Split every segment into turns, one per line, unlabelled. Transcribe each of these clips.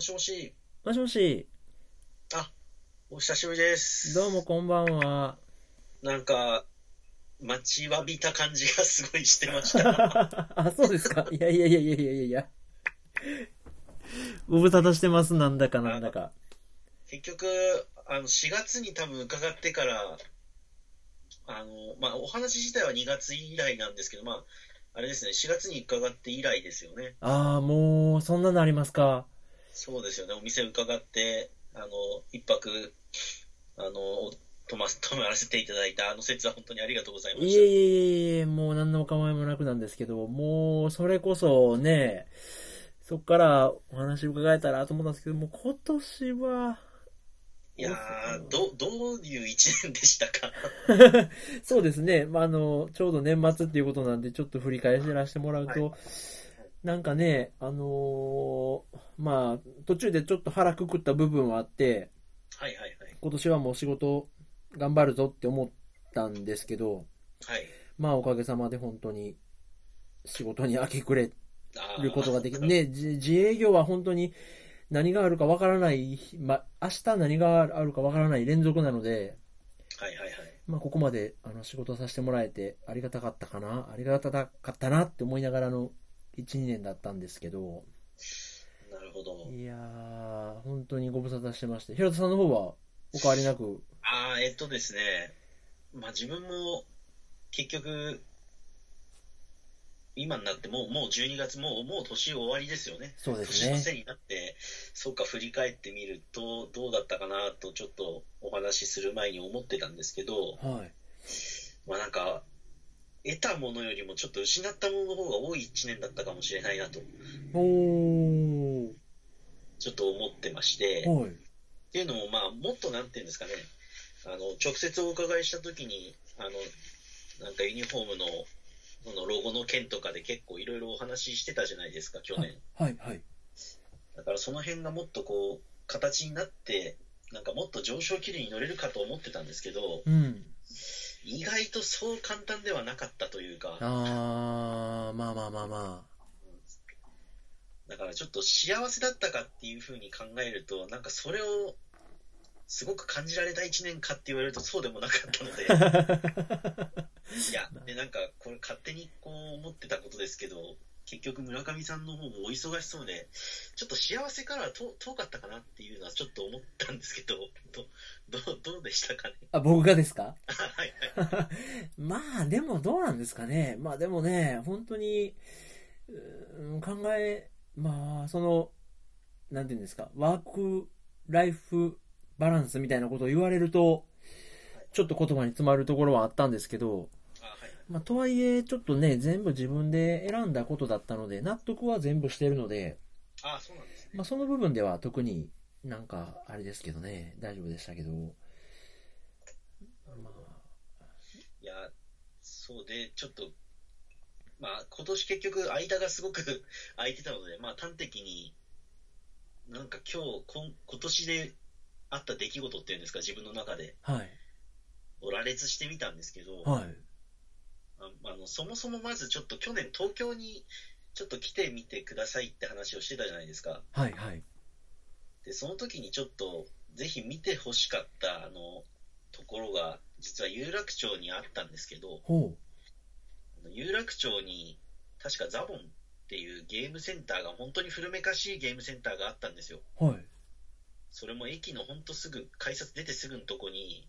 しもし、
もしもし、
お久しぶりです。
どうも。こんばんは。
なんか、待ちわびた感じがすごいしてま した。
あ、そうですか。いやいやいやいやいやいや。ご無沙汰してます、なんだかなんだか。
結局、あの、4月に多分伺ってから、あの、まあ、お話自体は2月以来なんですけど、まあ、あれですね、4月に伺って以来ですよね。
ああ、もう、そんなのありますか。
そうですよね、お店伺って、あの、一泊、あの、泊ま、 泊まらせていただいた、あの説は本当にありがとうございま
いえい
した。
えいえいえ、もう何のお構いもなくなんですけど、もう、それこそね、そっからお話伺えたらと思ったんですけど、もう今年は、
いやー、ど、どういう一年でしたか
そうですね、まあ、あの、ちょうど年末っていうことなんで、ちょっと振り返らせてもらうと、なんかね、あのーまあ、途中でちょっと腹くくった部分はあって、
はいはいはい。
今年はもう仕事頑張るぞって思ったんですけど、
はい。
まあ、おかげさまで本当に仕事に明け暮れ
あー
ることができ、ね、じ自営業は本当に何があるかわからない、まあ、明日何があるかわからない連続なので、
はいはいはい。
まあ、ここまであの仕事させてもらえてありがたかったかな、ありがたかったなって思いながらの1、2年だったんですけど、
なるほど。
いやー、本当にご無沙汰してまして、平田さんの方はお変わりなく、
ああ、えっとですね。まあ自分も、結局、今になってもう、もう12月、もう、もう年終わりですよね。
そうです
年の
ね。
瀬になって、そうか、振り返ってみると、どうだったかなと、ちょっとお話しする前に思ってたんですけど、
はい。
まあなんか、得たものよりもちょっと失ったものの方が多い1年だったかもしれないなと、
お
ちょっと思ってまして。
ー。はい。
っていうのも、まあ、もっとなんていうんですかね、あの直接お伺いしたときにあの、なんかユニフォームのそのロゴの件とかで結構いろいろお話ししてたじゃないですか、去年。
はい、はい。
だからその辺がもっとこう、形になって、なんかもっと上昇気流に乗れるかと思ってたんですけど、
うん。
意外とそう簡単ではなかったというか、
あー、まあまあまあまあ。
だからちょっと幸せだったかっていうふうに考えると、なんかそれをすごく感じられた1年かって言われるとそうでもなかったので。い や、で、なんか、これ勝手にこう思ってたことですけど、結局村上さんの方もお忙しそうで、ちょっと幸せからはと遠かったかなっていうのはちょっと思ったんですけど、ど、どう、どうでしたかね。
あ、僕がですか
はい
まあでもどうなんですかね。まあでもね、本当に、うーん考え、まあその、なんていうんですか、ワーク、ライフバランスみたいなことを言われると、ちょっと言葉に詰まるところはあったんですけど、
あはいはい。
まあとはいえ、ちょっとね、全部自分で選んだことだったので、納得は全部してるので、
あそうなんですね。
まあその部分では特になんかあれですけどね、大丈夫でしたけど、まあ、
いや、そうで、ちょっと、まあ、今年結局、間がすごく 空いてたので、まあ、端的に、なんか今日、こん今年であった出来事っていうんですか、自分の中で、
はい、
を羅列してみたんですけど、
はい、
ああのそもそもまずちょっと去年東京にちょっと来てみてくださいって話をしてたじゃないですか
はい、はい。
でその時にちょっとぜひ見てほしかったあのところが実は有楽町にあったんですけど
ほ
あの有楽町に確かザボンっていうゲームセンターが本当に古めかしいゲームセンターがあったんですよ
う、はい。
それも駅のほんとすぐ改札出てすぐのとこに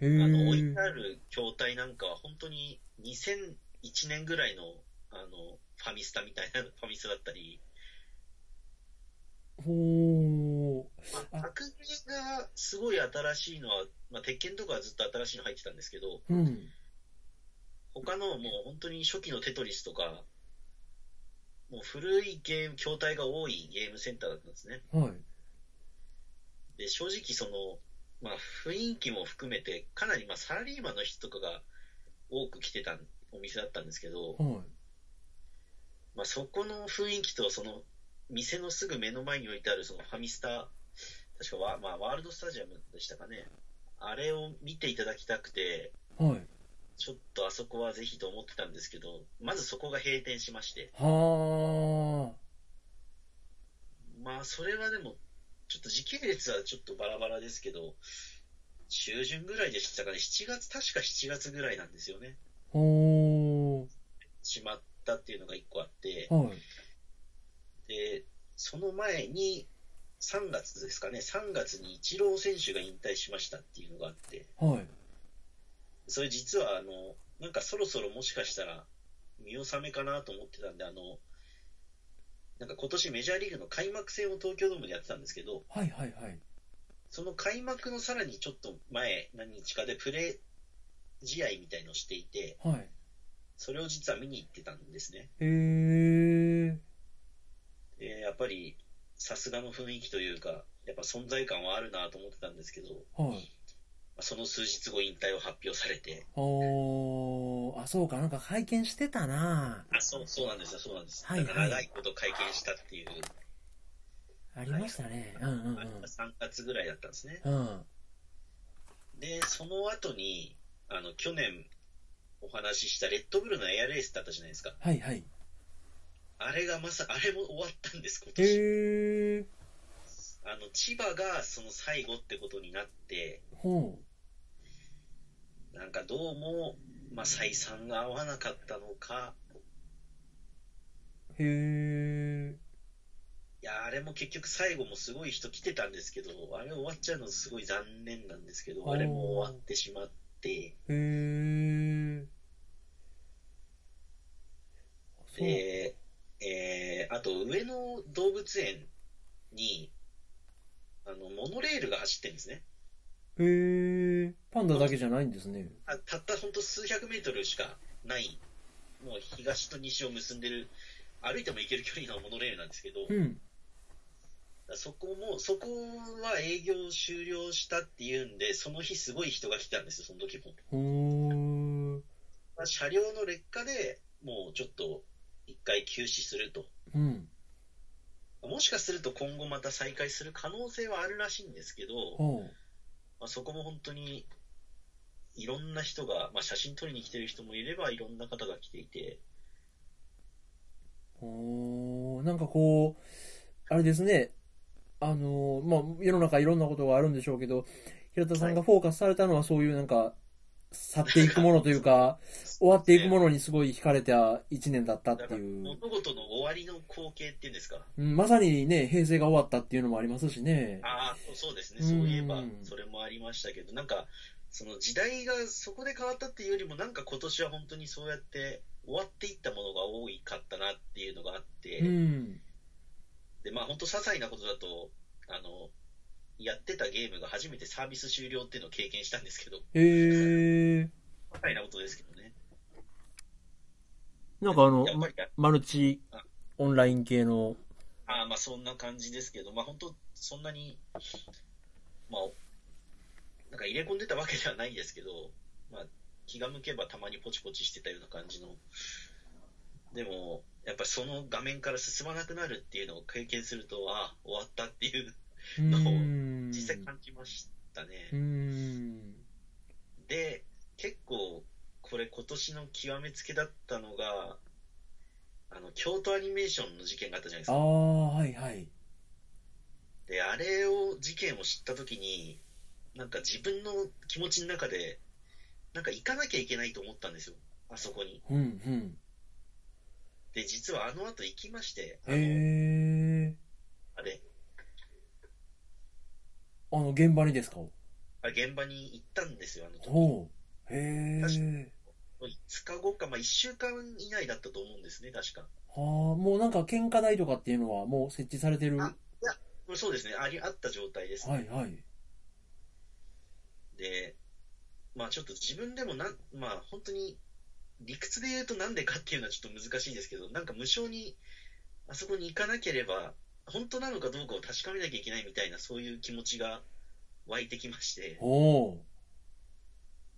へ
あの
ー
置いてある筐体なんかは本当に2001年ぐらいのあのファミスタみたいな ファミスタだったり、
ほ
まあ
あ
格ゲーがすごい新しいのは、まあ、鉄拳とかはずっと新しいの入ってたんですけど、
う。うん。
他のもう本当に初期のテトリスとか、もう古いゲーム、筐体が多いゲームセンターだったんですね。
はい。
で、正直その、まあ、雰囲気も含めて、かなりまあサラリーマンの人とかが多く来てたお店だったんですけど、
は
まあ、そこの雰囲気とその店のすぐ目の前に置いてあるそのファミスタ確かワ,、まあ、ワールドスタジアムでしたかねあれを見ていただきたくて
い。はい。
ちょっとあそこはぜひと思ってたんですけどまずそこが閉店しまして
は
まあ、それはでも、ちょっと時系列はちょっとバラバラですけど、中旬ぐらいでしたから、7月、確か7月ぐらいなんですよね。
おー
しまったっていうのが1個あって、
はい
で、その前に、3月ですかね、3月にイチロー選手が引退しましたっていうのがあって、
はい
それ実はあの、なんかそろそろもしかしたら見納めかなと思ってたんで、あの、なんか今年メジャーリーグの開幕戦を東京ドームでやってたんですけど、
はいはいはい
その開幕のさらにちょっと前、何日かでプレ試合みたいのをしていて、
はい
それを実は見に行ってたんですね。
へえ
でやっぱりさすがの雰囲気というか、やっぱ存在感はあるなと思ってたんですけど、
はい
まあその数日後引退を発表されて、
おーあそうかなんか拝見してたな
あ、そう、そうなんですよ、そうなんです。
はいはい
だから長いこと会見したっていう、
ありましたねうんうん
あれが3月ぐらいだったんですね。
うんうん
で、その後に、あの、去年お話ししたレッドブルのエアレースだったじゃないですか。
はいはい
あれがまさ、あれも終わったんです、今年。
へえ
あの、千葉がその最後ってことになって、
ほ
なんかどうも、まあ、採算が合わなかったのか、
うへえ
いや、あれも結局最後もすごい人来てたんですけど、あれ終わっちゃうのすごい残念なんですけど、あれも終わってしまって、
へえそう
で、えー、あと上野動物園に、あの、モノレールが走ってるんですね。
へえパンダだけじゃないんですね
あたったほんと数百メートルしかない、もう東と西を結んでる、歩いても行ける距離のモノレールなんですけど、
うん
そこも、そこは営業終了したっていうんで、その日すごい人が来たんですよ、その時も。
ほう
まあ車両の劣化でもうちょっと一回休止すると。
うん
もしかすると今後また再開する可能性はあるらしいんですけど、
ほう
まあ、そこも本当にいろんな人が、まあ、写真撮りに来てる人もいればいろんな方が来ていて、
おーなんかこう、あれですね、あのーまあ、世の中いろんなことがあるんでしょうけど、平田さんがフォーカスされたのはそういうなんか、去っていくものという か、終わっていくものにすごい惹かれた一年だったっ
だ
て
から
いう、
物事の終わりの光景っていうんですか。
うんまさにね、平成が終わったっていうのもありますしね。
ああ、そうですね、
うん
そういえば、それもありましたけど、なんか、その時代がそこで変わったっていうよりも、なんか今年は本当にそうやって終わっていったものが多かったなっていうのがあって、
うん。
で、まあ本当、些細なことだと、あの、やってたゲームが初めてサービス終了っていうのを経験したんですけど、些
へえ
細なことですけどね。
なんかあの
や、っぱり、
マルチオンライン系の、
ああまあそんな感じですけど、まあ本当、そんなに、まあ、なんか入れ込んでたわけではないですけど、まあ気が向けばたまにポチポチしてたような感じの、でも、やっぱりその画面から進まなくなるっていうのを経験すると、ああ、終わったっていう、
うん。
実際感じましたね。
うん。
で、結構、これ今年の極めつけだったのが、あの、京都アニメーションの事件があったじゃないです
あ
か。
あ、はいはい。
で、あれを、事件を知ったときに、なんか自分の気持ちの中で、なんか行かなきゃいけないと思ったんですよ。あそこに。
うん、うん。
で、実はあの後行きまして、あの、
へえ。
あれ、
あの、現場にですか
あ現場に行ったんですよ、あの時。
ほう。へ
確
え。
5日後か、まあ1週間以内だったと思うんですね、確か。
はあ、もうなんか献花台とかっていうのはもう設置されてる。は
あこれそうですね、あり、あった状態です、
い
ね
はい。
で、まあちょっと自分でもなん、まあ本当に、理屈で言うとなんでかっていうのはちょっと難しいですけど、なんか無償に、あそこに行かなければ、本当なのかどうかを確かめなきゃいけないみたいな、そういう気持ちが湧いてきまして、
ほ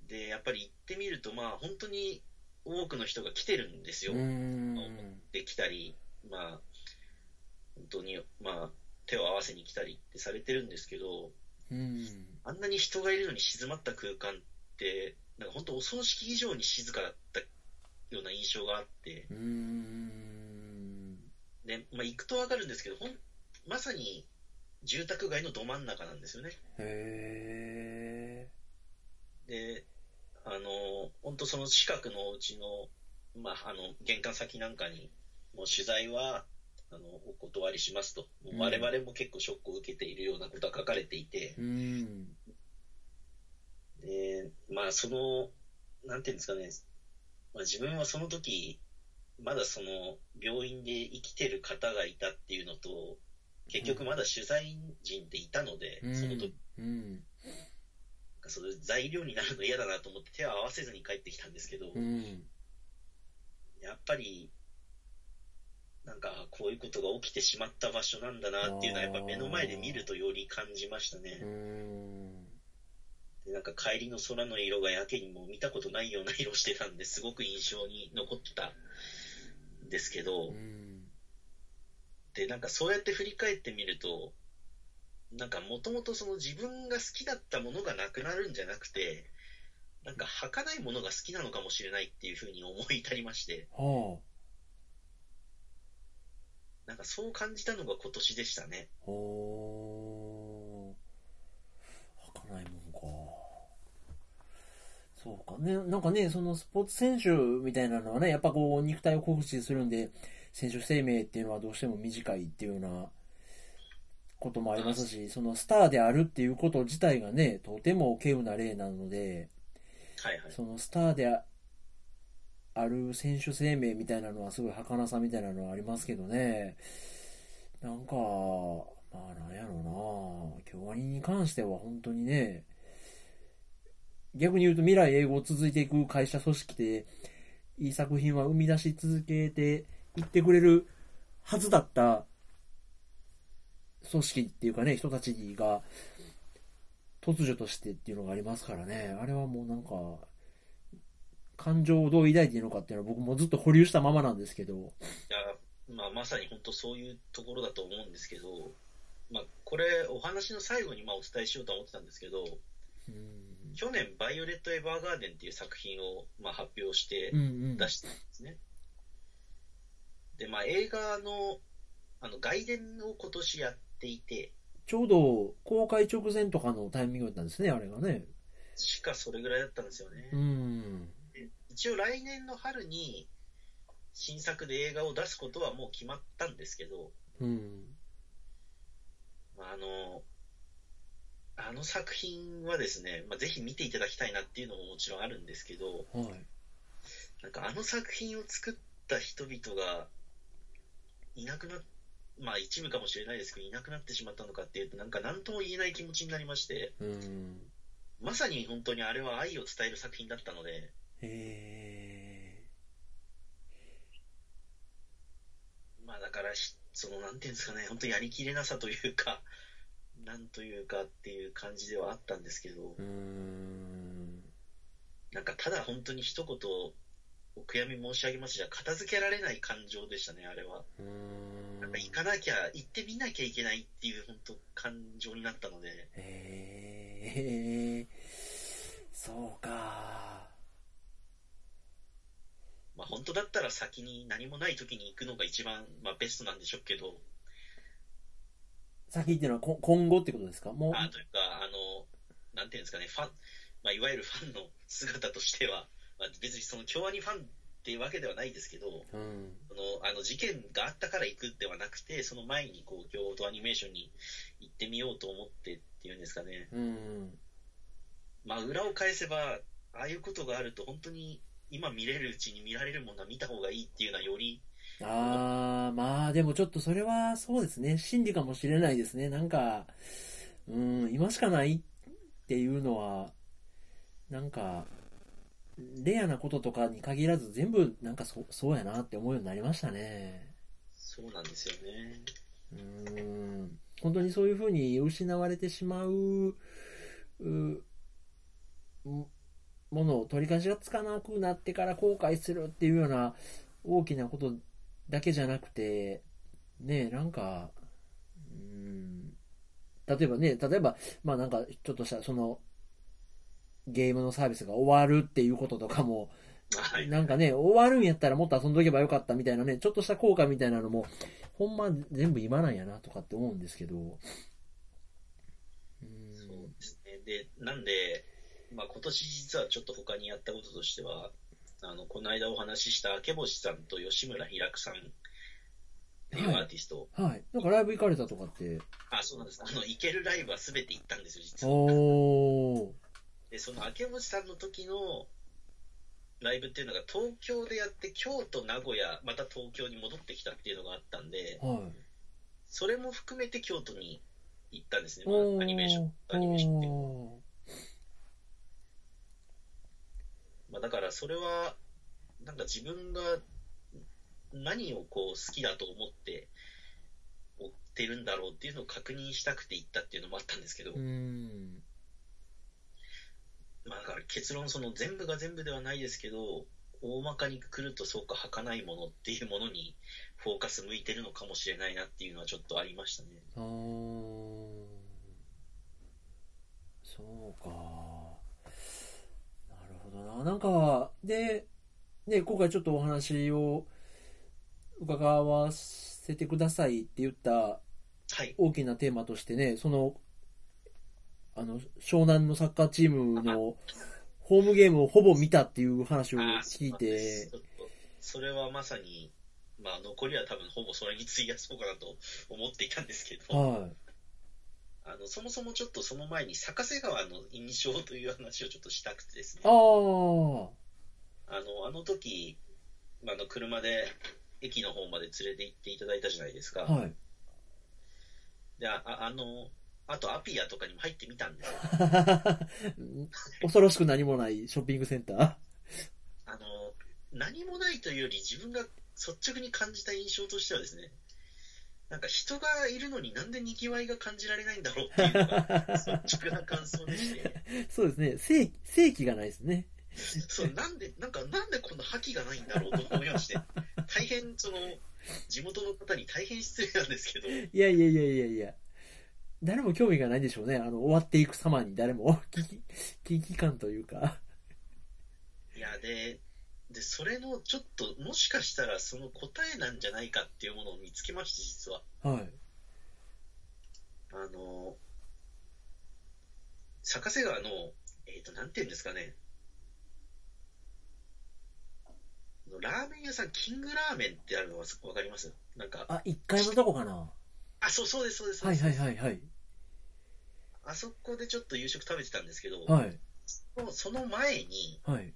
で、やっぱり行ってみると、まあ本当に多くの人が来てるんです
う。
よ。
うーん。
できたり、まあ、本当に、まあ、手を合わせに来たりってされてるんですけど、
うん。
あんなに人がいるのに静まった空間って、なんか本当お葬式以上に静かだったような印象があって、
うーん。
で、まあ行くとわかるんですけど、ほん、まさに住宅街のど真ん中なんですよね。
へえ
で、あの、本当その近くのうちの、まあ、あの、玄関先なんかに、もう取材は、あの、お断りしますと。も
うん
う我々も結構ショックを受けているようなことが書かれていて、
うん
で、まあ、その、なんていうんですかね、まあ、自分はその時、まだその、病院で生きてる方がいたっていうのと、結局まだ取材人っていたので、
うん
その時、
うん
その材料になるの嫌だなと思って手を合わせずに帰ってきたんですけど、
うん
やっぱり、なんか、こういうことが起きてしまった場所なんだなっていうのは、やっぱ目の前で見るとより感じました
う
ね。
ん
でなんか、帰りの空の色がやけにも見たことないような色してたんで、すごく印象に残ってたんですけど、
うん
で、なんか、そうやって振り返ってみると、なんか、もともとその自分が好きだったものがなくなるんじゃなくて、なんか、儚いものが好きなのかもしれないっていうふうに思い至りまして、
は
なんか、そう感じたのが今年でしたね。
あほう儚いもんかそうかねなんかねそのスポーツ選手みたいなのはねやっぱこう肉体を酷使するんで選手生命っていうのはどうしても短いっていうようなこともありますしそのスターであるっていうこと自体がねとても稀有な例なので、
はいはい。
そのスターであある選手生命みたいなのはすごい儚さみたいなのはありますけどねなんかまあなんやろうな京アニに関しては本当にね逆に言うと未来英語続いていく会社組織でいい作品は生み出し続けていってくれるはずだった組織っていうかね人たちが突如としてっていうのがありますからねあれはもうなんか感情をどう抱いていいのかっていうのは僕もずっと保留したままなんですけど
いや、まあ、まさに本当そういうところだと思うんですけど、まあ、これ、お話の最後にまあお伝えしようとは思ってたんですけど、
うん
去年、バイオレット・エヴァーガーデンっていう作品をまあ発表して
うんうん
出してたんですね。で、まあ、映画のあの外伝を今年やっていて、
ちょうど公開直前とかのタイミングだったんですねあれがね
しかそれぐらいだったんですよね。
うん
で一応、来年の春に新作で映画を出すことはもう決まったんですけど、
うん
まあ、あの、あの作品はですね、まあ、ぜひ見ていただきたいなっていうのももちろんあるんですけど、
はい
なんかあの作品を作った人々がいなくなっまあ一部かもしれないですけど、いなくなってしまったのかっていうと、なんか何とも言えない気持ちになりまして、
うん
まさに本当にあれは愛を伝える作品だったので、
え
まあだからひ、その、なんていうんですかね、本当やりきれなさというか、 なんというかっていう感じではあったんですけど、
ー、うん
なんかただ本当に一言お悔やみ申し上げますじゃ片付けられない感情でしたね、あれは。
うん
なんか行かなきゃ、行ってみなきゃいけないっていう本当感情になったので、
えー、そうか
まあ本当だったら先に何もない時に行くのが一番、まあベストなんでしょうけど、
先っていうのはこ今後ってことですかもう
あというか、あの、なんていうんですかね、ファン、まあいわゆるファンの姿としては、まあ別にその京アニファンっていうわけではないですけど、
うん
そのあの事件があったから行くではなくて、その前にこう京都アニメーションに行ってみようと思ってっていうんですかね、
うん
まあ、裏を返せば、ああいうことがあると、本当に今見れるうちに見られるものは見た方がいいっていうのは、より、
ああ、まあでもちょっとそれはそうですね。真理かもしれないですね。なんか、うん、今しかないっていうのは、なんか、レアなこととかに限らず全部なんかそ、そうやなって思うようになりましたね。
そうなんですよね。
うん、本当にそういうふうに失われてしまう、うもものを取り返しがつかなくなってから後悔するっていうような大きなことだけじゃなくて、ねえ、なんか、うん、例えばね、例えば、まあなんかちょっとした、その、ゲームのサービスが終わるっていうこととかも、
はい、
なんかね、終わるんやったらもっと遊んどけばよかったみたいなね、ちょっとした効果みたいなのもほんま全部今なんやなとかって思うんですけど、う
そ
ん
うですね。で、なんで、まあ、今年実はちょっと他にやったこととしては、あの、この間お話しした明星さんと吉村ひらくさんっていう
は
ア
い
ーティスト、
はい。なんかライブ行かれたとかって。
あ、そうなんです。あの、行けるライブは全て行ったんですよ、実は。
おー。
で、その明星さんの時のライブっていうのが東京でやって、京都、名古屋、また東京に戻ってきたっていうのがあったんで、
はい。
それも含めて京都に行ったんですね、ま
お
あ、アニメーション、アニメーションっていうか
お
まあ、だからそれは、なんか自分が何をこう好きだと思って追ってるんだろうっていうのを確認したくて行ったっていうのもあったんですけど、
ーうん。
まあ、だから結論、その全部が全部ではないですけど、大まかにくくるとそうか儚いものっていうものにフォーカス向いてるのかもしれないなっていうのはちょっとありましたね。
あーそうか。なるほどな。なんか、で、ね、今回ちょっとお話を伺わせてくださいって言った
はい。
大きなテーマとしてね、その、あの、湘南のサッカーチームのホームゲームをほぼ見たっていう話を
あー
聞
そう
いて、
なんですちょっとそれはまさに、まあ残りは多分ほぼそれに費やそうかなと思っていたんですけど、
は
あのそもそもちょっとその前に坂瀬川の印象という話をちょっとしたくてですね
い。あ、あ、
あのあの時、まああの車で駅の方まで連れて行っていただいたじゃないですか、
はい。
であああのあとアピアとかにも入ってみたんですよ
恐ろしく何もないショッピングセンター。
あの何もないというより自分が率直に感じた印象としてはですねなんか人がいるのになんでにぎわいが感じられないんだろうっていうのが率直な感想でして
そうですね。正正規がないですね。
そうなんで、なんか、なんでこんな覇気がないんだろうと思いま して、大変、その、地元の方に大変失礼なんですけど、
いやいやいやいやいや。誰も興味がないでしょうね。あの、終わっていく様に誰も危機、危機感というか。
いや、で、で、それの、ちょっと、もしかしたら、その答えなんじゃないかっていうものを見つけまして、実は。
はい。
あの、坂瀬川の、えっ、と、なんていうんですかね、ラーメン屋さん、キングラーメンってあるのはわかりますなんか、
あ、1階のとこかな。
あ、そう、そうです、そうです。そう
は
で
い
す
はいはいはい。
あそこでちょっと夕食食べてたんですけど、
はい。
もうその前に、
はい。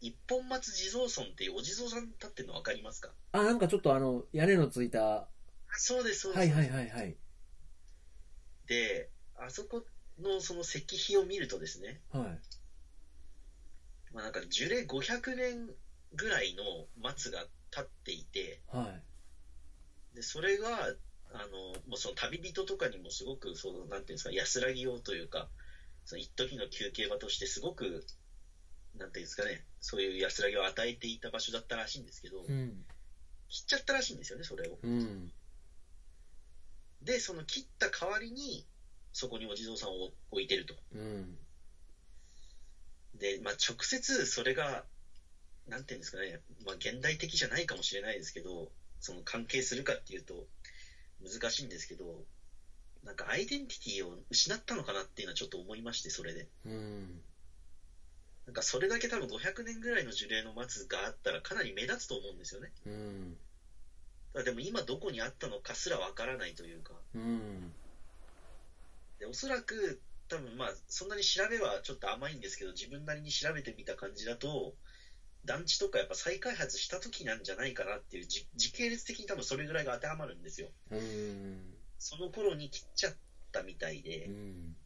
一本松地蔵村っていうお地蔵さん立ってるの分かりますか
あ、なんかちょっとあの、屋根のついた。は
あそうです、そう
いは
です。
いはいはい。
で、あそこのその石碑を見るとですね、
はい。
まあ、なんか樹齢500年ぐらいの松が立っていて、
はい。
でそれが、あのもうその旅人とかにもすごくその、なんていうんですか、安らぎ用というか、その一時の休憩場として、すごく、なんていうんですかね、そういう安らぎを与えていた場所だったらしいんですけど、
うん。
切っちゃったらしいんですよね、それを。
うん。
で、その切った代わりに、そこにお地蔵さんを置いてると。
うん。
で、まあ、直接それが、なんていうんですかね、まあ、現代的じゃないかもしれないですけど、その関係するかっていうと、難しいんですけど、なんかアイデンティティを失ったのかなっていうのはちょっと思いまして、それで。
うん。
なんかそれだけ多分500年ぐらいの樹齢の松があったらかなり目立つと思うんですよね。
うん。
ただでも今どこにあったのかすらわからないというか。
うん。
でおそらく多分まあそんなに調べはちょっと甘いんですけど自分なりに調べてみた感じだと団地とかやっぱ再開発した時なんじゃないかなっていうじ時系列的に多分それぐらいが当てはまるんですよ
うん。
その頃に切っちゃったみたいで
うん。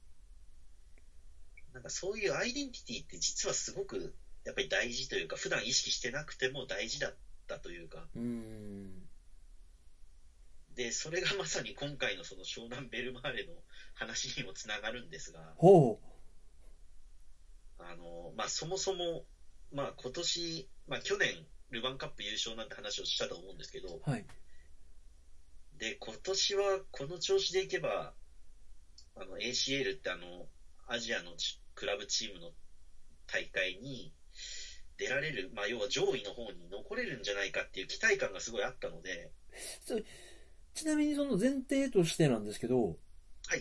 なんかそういうアイデンティティって実はすごくやっぱり大事というか普段意識してなくても大事だったというか
うん。
でそれがまさに今回のその湘南ベルマーレの話にもつながるんですが
ほ
あのまあ、そもそも、まあ、今年、まあ、去年、ルヴァンカップ優勝なんて話をしたと思うんですけど、
う。はい。
で今年はこの調子でいけば、あの ACL ってあのアジアのチクラブチームの大会に出られる、まあ、要は上位の方に残れるんじゃないかっていう期待感がすごいあったので、
ちなみにその前提としてなんですけど、
はい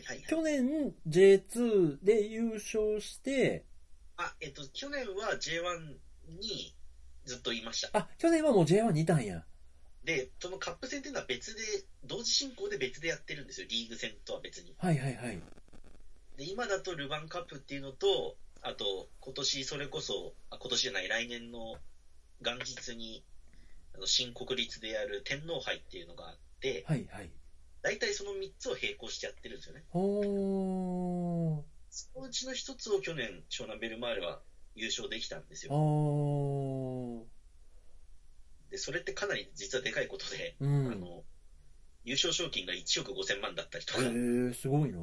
はいはい。
去年 J2 で優勝して、
あ、えっと、去年は J1 にずっといました。
あ、去年はもう J1 にいたんや。
で、そのカップ戦っていうのは別で、同時進行で別でやってるんですよ。リーグ戦とは別に。
はいはいはい。
で、今だとルヴァンカップっていうのと、あと、今年それこそ、あ今年じゃない、来年の元日に、あの新国立でやる天皇杯っていうのがあって、
はいはい。
大体その3つを並行してやってるんですよね。
ほ
そのうちの1つを去年、湘南ベルマーレは優勝できたんです
ー。
よ。
ほ
で、それってかなり実はでかいことで、
ー。う
あ
ん。
の、優勝賞金が1億5000万だったりとか、
へえー、すごいな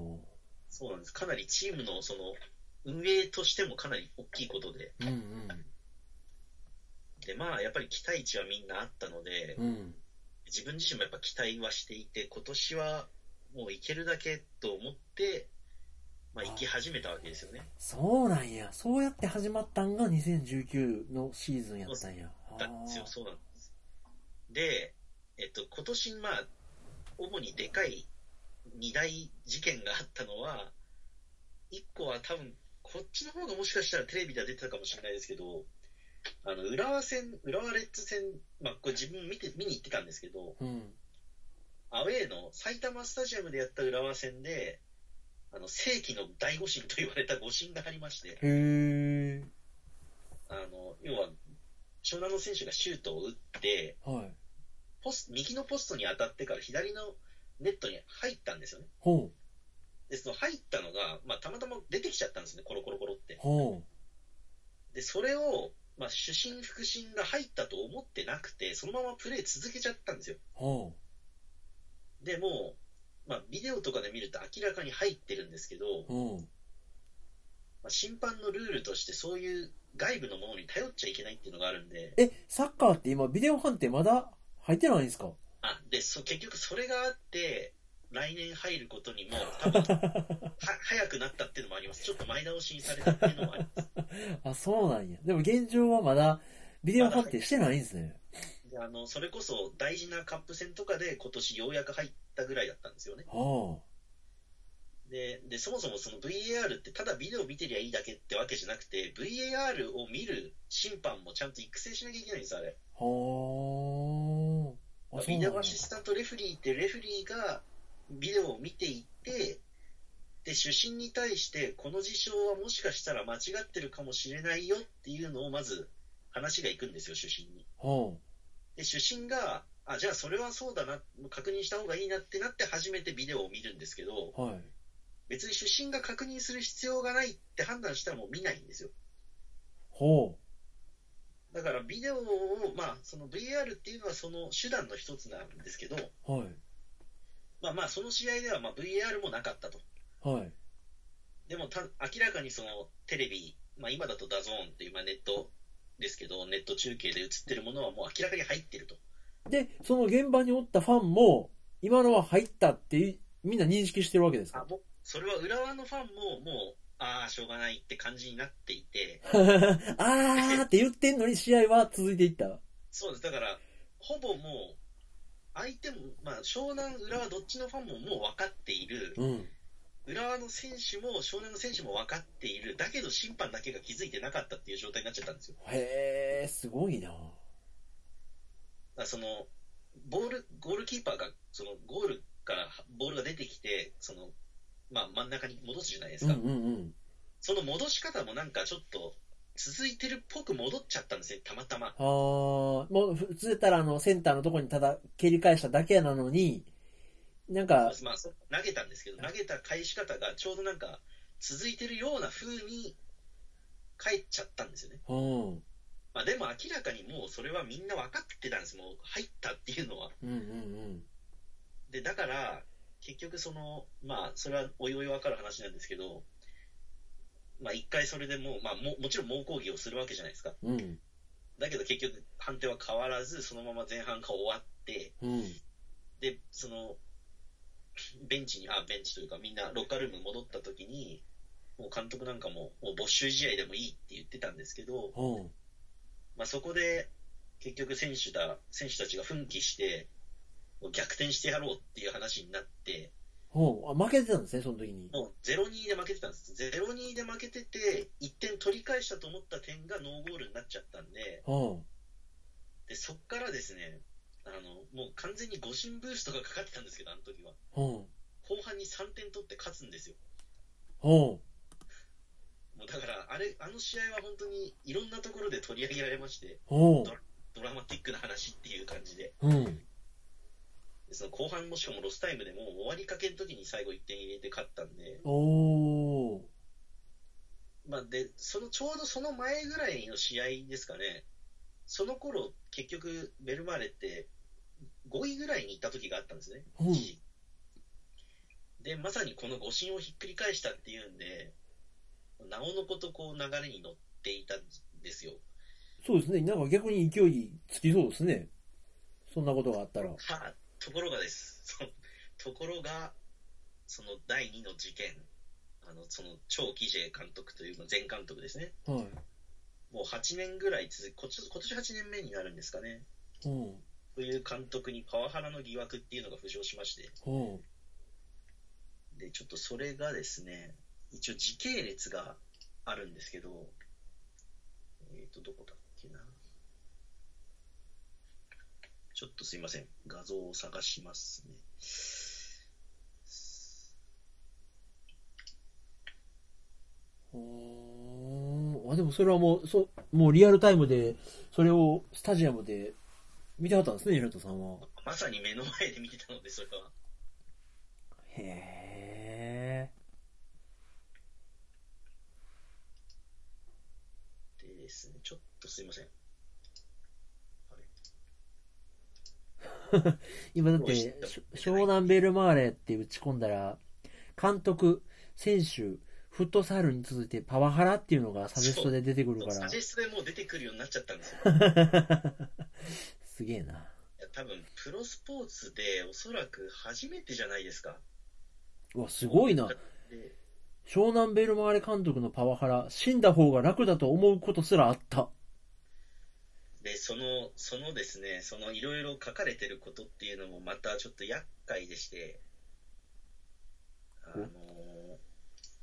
そうなんです。かなりチームのその、運営としてもかなり大きいことで、
うん
で、まあ、やっぱり期待値はみんなあったので、
うん。うん。
自分自身もやっぱ期待はしていて、今年はもういけるだけと思って、まあ、行き始めたわけですよね。
そうなんや。そうやって始まったんが2019のシーズンやったんや。
だんですよ、そうなんです。で、えっと、今年、まあ、主にでかい2大事件があったのは、1個は多分、こっちの方がもしかしたらテレビでは出てたかもしれないですけど、あの、浦和戦、浦和レッズ戦、まあ、これ自分見て、見に行ってたんですけど、
あーうん。
アウェーの埼玉スタジアムでやった浦和戦で、あの、世紀の大誤審と言われた誤審がありまして、
へえ。
あの、要は、湘南の選手がシュートを打って、
はい。
ポス右のポストに当たってから左のネットに入ったんですよね。
ほう。
で、その入ったのが、まあ、たまたま出てきちゃったんですね、コロコロコロって。
ほ
で、それを、まあ、主審、副審が入ったと思ってなくて、そのままプレー続けちゃったんですよ。
う。ほ
でもう、まあ、ビデオとかで見ると明らかに入ってるんですけど、
う。ほ
まあ、審判のルールとしてそういう外部のものに頼っちゃいけないっていうのがあるんで、
う。え、サッカーって今ビデオ判定まだ入ってないんですか
あ、で、そ結局それがあって、来年入ることにも、多分は 早くなったっていうのもあります。ちょっと前倒しにされたっていうのもあります。
あ、そうなんや。でも現状はまだビデオ判定してないんですね。
であのそれこそ大事なカップ戦とかで今年ようやく入ったぐらいだったんですよね。
は
で、でそもそもその VAR ってただビデオ見てりゃいいだけってわけじゃなくて、VAR を見る審判もちゃんと育成しなきゃいけないんです、あれ。
あ。はあ。あ、そう
ビ
な
デ
ん
オ
や
アシスタントレフリーってレフリーがビデオを見ていって、で、主審に対してこの事象はもしかしたら間違ってるかもしれないよっていうのをまず話がいくんですよ、主審に。
は
で、主審が、あ、じゃあそれはそうだな、確認した方がいいなってなって初めてビデオを見るんですけど、
あ。はい。
別に主審が確認する必要がないって判断したらもう見ないんですよ。
ほ
だからビデオを、まあ、その VR っていうのはその手段の一つなんですけど、
う。はい。
まあまあ、その試合ではまあ VR もなかったと。
はい。
でもた、明らかにそのテレビ、まあ今だとダゾーンっていう、まあネットですけど、ネット中継で映ってるものはもう明らかに入ってると。
で、その現場におったファンも、今のは入ったってい、みんな認識してるわけです
あ
か、
もう、それは浦和のファンももう、ああ、しょうがないって感じになっていて、
あーって言ってんのに試合は続いていった。
そうです。だから、ほぼもう、相手も、まあ湘南、浦和どっちのファンももう分かっている。
うん。
浦和の選手も湘南の選手も分かっている、だけど審判だけが気づいてなかったっていう状態になっちゃったんですよ。
へー、すごいな
だからそのボールゴールキーパーがそのゴールからボールが出てきてその、まあ、真ん中に戻すじゃないで
う
す
ん
か、
うんうん。
その戻し方もなんかちょっと続いてるっぽく戻っちゃったんですね、たまたま。
あー、もう普通やったらあの、センターのとこにただ蹴り返しただけなのに、なんか、
まあ、そ投げたんですけど、投げた返し方がちょうどなんか続いてるような風に返っちゃったんですよね。
うん。うん
まあ、でも明らかにもうそれはみんな分かってたんです、もう入ったっていうのは。
うんうん。
でだから結局そのまあそれはおいおい分かる話なんですけどまあ一回それでもう、まあ、ももちろん猛抗議をするわけじゃないですか
うん。
だけど結局判定は変わらずそのまま前半が終わって
うん。
でそのベンチにあベンチというかみんなロッカールームに戻った時にもう監督なんかももう没収試合でもいいって言ってたんですけど、
うん。
まあ、そこで結局選手だ選手たちが奮起してもう逆転してやろうっていう話になって、
ほうあ負けてたんですねその時に
もう0-2で負けてたんです。0-2で負けてて、1点取り返したと思った点がノーゴールになっちゃったんで、
ほ
でそっからですね、あの、もう完全に誤進ブーストがかかってたんですけど、あの時は。
うほ
後半に3点取って勝つんですよ。
うほ
もうだから、あれ、あの試合は本当にいろんなところで取り上げられまして、
うほ
ドラマティックな話っていう感じで、
ううん
でその後半もしかもロスタイムでもう終わりかけの時に最後1点入れて勝ったんで、
おお
まあで、そのちょうどその前ぐらいの試合ですかね、その頃結局ベルマーレって5位ぐらいに行った時があったんですね。
うん
一時で、まさにこの誤信をひっくり返したっていうんで、なおのことこう流れに乗っていたんですよ。
そうですねなんか逆に勢いつきそうですねそんなことがあったら
はところがです。そのところが、その第2の事件、あの、その、超キジェ監督という、まあ前監督ですね。
はい
もう8年ぐらい続き、こっち今年8年目になるんですかね。
ほう
という監督にパワハラの疑惑っていうのが浮上しまして、
ほ
で、ちょっとそれがですね、一応時系列があるんですけど、えっ、と、どこだっけな。ちょっとすいません。画像を探しますね。
うほうあでもそれはもうそもうリアルタイムでそれをスタジアムで見てはったんですね平田さんは
まさに目の前で見てたので、それは。
へえ
でですね、ちょっとすいません。
今だっ
どう
て
して
し湘南ベルマーレって打ち込んだら監督選手フットサルに続いてパワハラっていうのがサジェストで出てくるか
サ
ら
ジェストでもう出てくるようになっちゃったんですよ。
すげえない
や多分、プロスポーツでおそらく初めてじゃないですか。
うわすごいな
で
湘南ベルマーレ監督のパワハラ死んだ方が楽だと思うことすらあった
で、その、そのですね、そのいろいろ書かれてることっていうのもまたちょっと厄介でして、あのー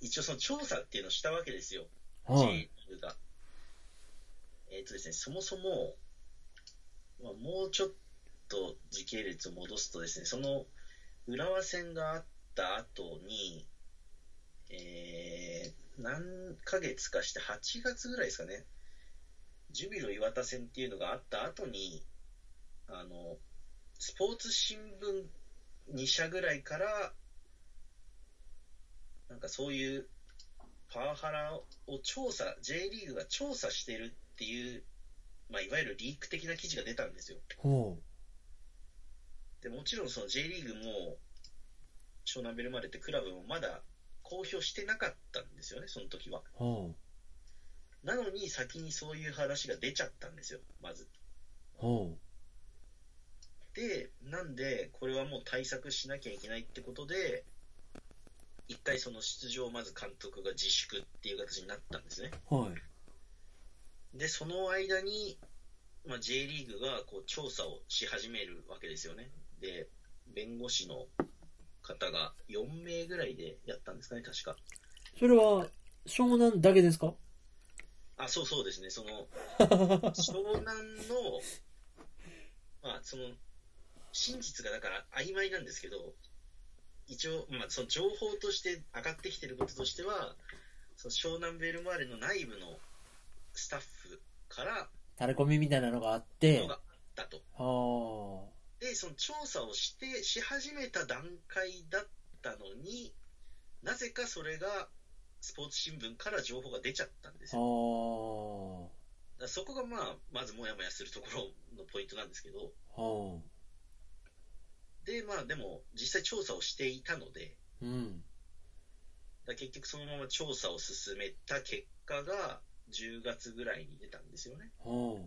一応その調査っていうのをしたわけですよ。
はい、
J2 が。えっ、とですね、そもそも、まあ、もうちょっと時系列を戻すとですね、その浦和戦があった後に、えー何ヶ月かして8月ぐらいですかね、ジュビロ磐田戦っていうのがあった後に、あの、スポーツ新聞2社ぐらいから、なんかそういうパワハラを調査、J リーグが調査してるっていう、まあ、いわゆるリーク的な記事が出たんですよ。
ほ
でもちろんその J リーグも、湘南ベルマーレってクラブもまだ公表してなかったんですよね、その時は。
うほ
なのに先にそういう話が出ちゃったんですよ、まず。
うほ
で、なんで、これはもう対策しなきゃいけないってことで、一回その出場をまず監督が自粛っていう形になったんですね。
うはい
で、その間に、まあ、J リーグがこう調査をし始めるわけですよね。で、弁護士の方が4名ぐらいでやったんですかね、確か。
それは湘南だけですか
あ、そうそうですね、その、湘南の、まあ、その、真実がだから曖昧なんですけど、一応、まあ、その情報として上がってきてることとしては、その湘南ベルマーレの内部のスタッフから
タレコミみたいなのがあって
のがあったと。
ああ
で、その調査をして、し始めた段階だったのに、なぜかそれが、スポーツ新聞から情報が出ちゃったんです
あ
よ。
あ
だからそこがまあ、まずもやもやするところのポイントなんですけど、
は
で、まあでも、実際調査をしていたので、
あ、うん。
だから結局そのまま調査を進めた結果が、10月ぐらいに出たんですよね。
は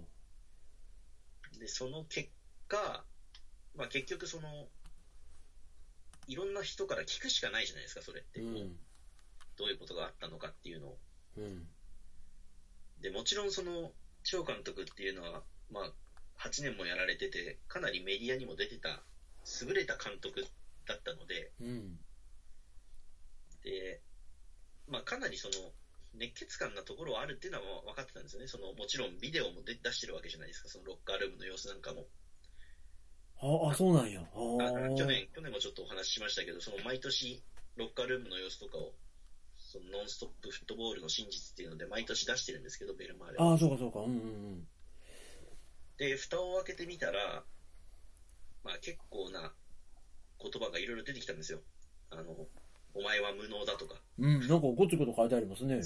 で、その結果、まあ結局その、いろんな人から聞くしかないじゃないですか、それっ
あ、
て。
うん。
どういうことがあったのかっていうのを。
うん。
でもちろんその張監督っていうのは、まあ、8年もやられててかなりメディアにも出てた優れた監督だったので、
うん。
で、まあ、かなりその、熱血感なところはあるっていうのは分かってたんですよね。その、もちろんビデオも出出してるわけじゃないですか。そのロッカールームの様子なんかも。
あ、あ、そうなんや。あ
あ
ー
去年、去年もちょっとお話ししましたけど、その毎年、ロッカールームの様子とかを、そのノンストップフットボールの真実っていうので、毎年出してるんですけど、ベルマーレは
あー、そうかそうか。うんうん
で、蓋を開けてみたら、まあ結構な言葉がいろいろ出てきたんですよ。あの、お前は無能だとか、
うん。うん、なんかごつごと書いてありますね。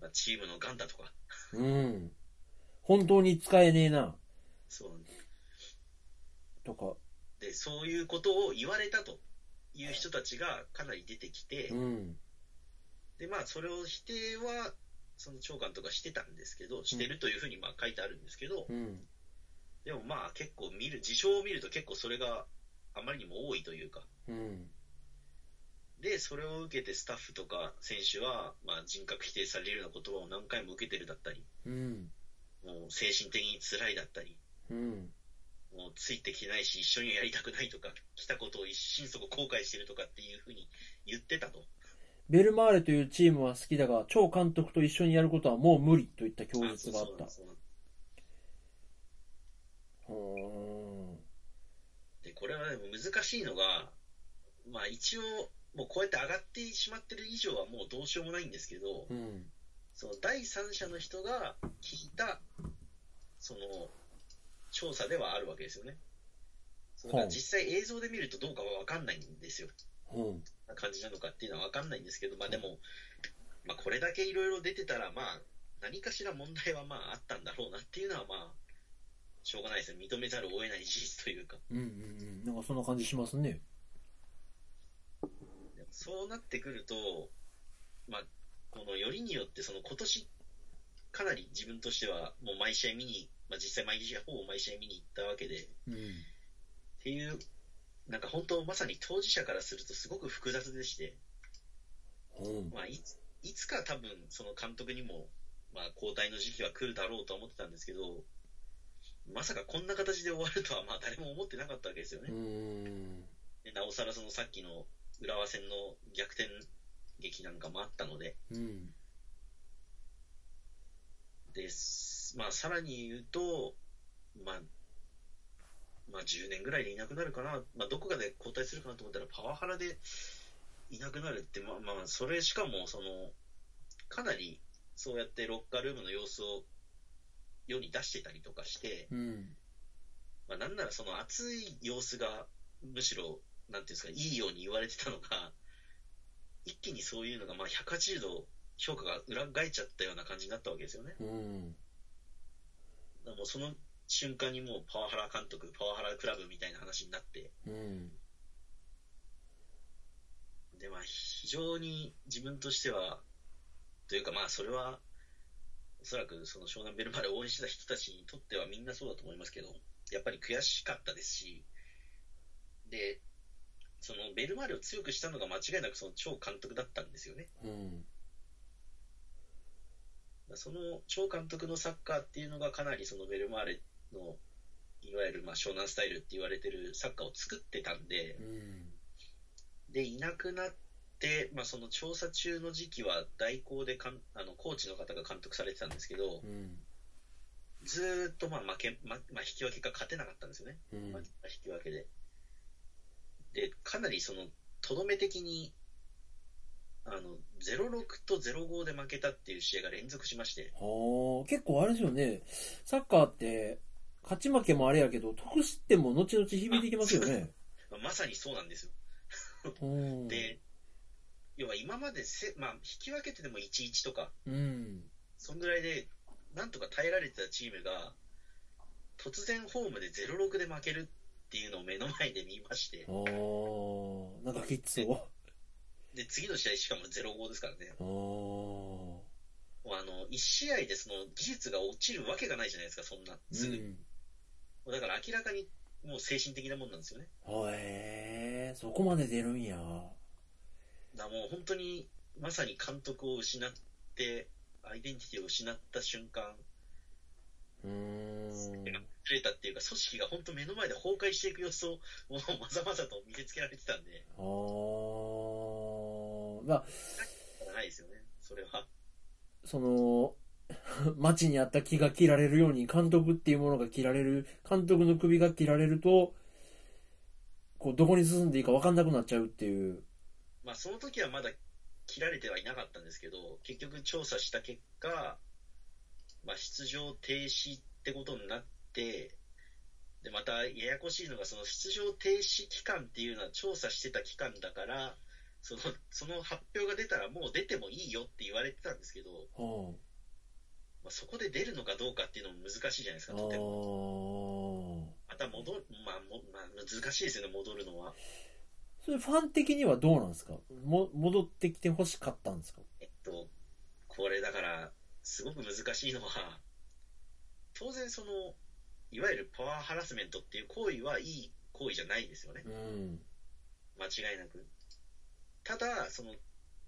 まあ、チームのガンだとか、
うん。本当に使えねえな、
そうなんで
とか。
で、そういうことを言われたという人たちがかなり出てきて
う、ん。
で、まあそれを否定は、その長官とかしてたんですけど、してるというふうにまあ書いてあるんですけど、
うん。
でもまあ結構見る、事象を見ると結構それがあまりにも多いというか、
うん。
で、それを受けてスタッフとか選手は、まあ、人格否定されるような言葉を何回も受けてるだったり、
うん。
もう精神的に辛いだったり、
うん。
もうついてきてないし、一緒にやりたくないとか、来たことを一心底後悔してるとかっていうふうに言ってたと。
ベルマーレというチームは好きだが、超監督と一緒にやることはもう無理といった供述があ
そう
った
そう。そう
ほ
で、これはでも難しいのが、まあ一応、もうこうやって上がってしまってる以上はもうどうしようもないんですけど
ー、うん。
その第三者の人が聞いた、その、調査ではあるわけですよね。それ
は
が
い
実際映像で見るとどうかはわかんないんですよ。
うん。
な感じなのかっていうのはわかんないんですけど、まあでも、まあこれだけいろいろ出てたら、まあ何かしら問題はまああったんだろうなっていうのはまあ、しょうがないですね。認めざるを得ない事実というか。
うんうんうん。なんかそんな感じしますね。
でもそうなってくると、まあ、このよりによって、その今年、かなり自分としては、もう毎試合見に、まあ、実際毎試合、ほぼ毎試合見に行ったわけで、っ
うん。
ていう、なんか本当、まさに当事者からするとすごく複雑でして、
うん。
まあ、いついつか多分、その監督にも、まあ、交代の時期は来るだろうとは思ってたんですけど、まさかこんな形で終わるとは、まあ、誰も思ってなかったわけですよね
う。ん。
でなおさら、そのさっきの浦和戦の逆転劇なんかもあったので、
うん。
です。まあ、さらに言うと、まあ、まあ、10年ぐらいでいなくなるかな。まあ、どこかで交代するかなと思ったら、パワハラでいなくなるって、まあまあ、それしかも、その、かなり、そうやってロッカールームの様子を世に出してたりとかして、
うん。
まあ、なんならその熱い様子が、むしろ、なんていうんですか、いいように言われてたのが、一気にそういうのが、まあ、180度評価が裏返っちゃったような感じになったわけですよね。
うん。
だからもうその瞬間にもうパワハラ監督、パワハラクラブみたいな話になって、
うん。
で、まあ、非常に自分としては、というかまあ、それは、おそらくその湘南ベルマーレを応援してた人たちにとってはみんなそうだと思いますけど、やっぱり悔しかったですし、で、そのベルマーレを強くしたのが間違いなくその超監督だったんですよね。
うん。
その超監督のサッカーっていうのがかなりそのベルマーレのいわゆるまあ湘南スタイルって言われてるサッカーを作ってたんで、
うん。
でいなくなって、まあ、その調査中の時期は代行でかんあのコーチの方が監督されてたんですけど
うん。
ずーっとまあ負け、ままあ、引き分けが勝てなかったんですよね、
うん
まあ、引き分けで。でかなりそのとどめ的にあの06と05で負けたっていう試合が連続しまして。
はあ、結構あれですよね。サッカーって、勝ち負けもあれやけど、得失点も後々響いてきますよ ね。
まあまさにそうなんですよ。
うん。
で、要は今までせ、まあ、引き分けてでも1-1とか、
うん。
そんぐらいで、なんとか耐えられてたチームが、突然ホームで0-6で負けるっていうのを目の前で見まして、
ああ、なんかきつそう。
で、次の試合しかも0-5ですからね。
ああ。
もうあの、1試合でその技術が落ちるわけがないじゃないですか、そんな。すぐに。もうだから明らかに、もう精神的なもんなんですよね。
うん。へえ、そこまで出るんや。
だからもう本当に、まさに監督を失って、アイデンティティを失った瞬間、
うーん
ずれたっていうか、組織が本当目の前で崩壊していく様子を、もうまざまざと見せつけられてたんで、
あーまあ
ないですよね、それは。
その街にあった木が切られるように監督っていうものが切られる監督の首が切られるとこうどこに進んでいいか分かんなくなっちゃうっていう
まあ、その時はまだ切られてはいなかったんですけど、結局調査した結果、まあ、出場停止ってことになって、で、またややこしいのが、その出場停止期間っていうのは調査してた期間だから、その、その発表が出たらもう出てもいいよって言われてたんですけど、
あー
まあ、そこで出るのかどうかっていうのも難しいじゃないです
あ
か、とても。
ー
また戻る、まあも、まあ、難しいですよね、戻るのは。
それファン的にはどうなんですかも戻ってきてほしかったんですか
えっと、これだから、すごく難しいのは、当然その、いわゆるパワーハラスメントっていう行為はいい行為じゃないですよね
う。ん
間違いなく。ただ、その、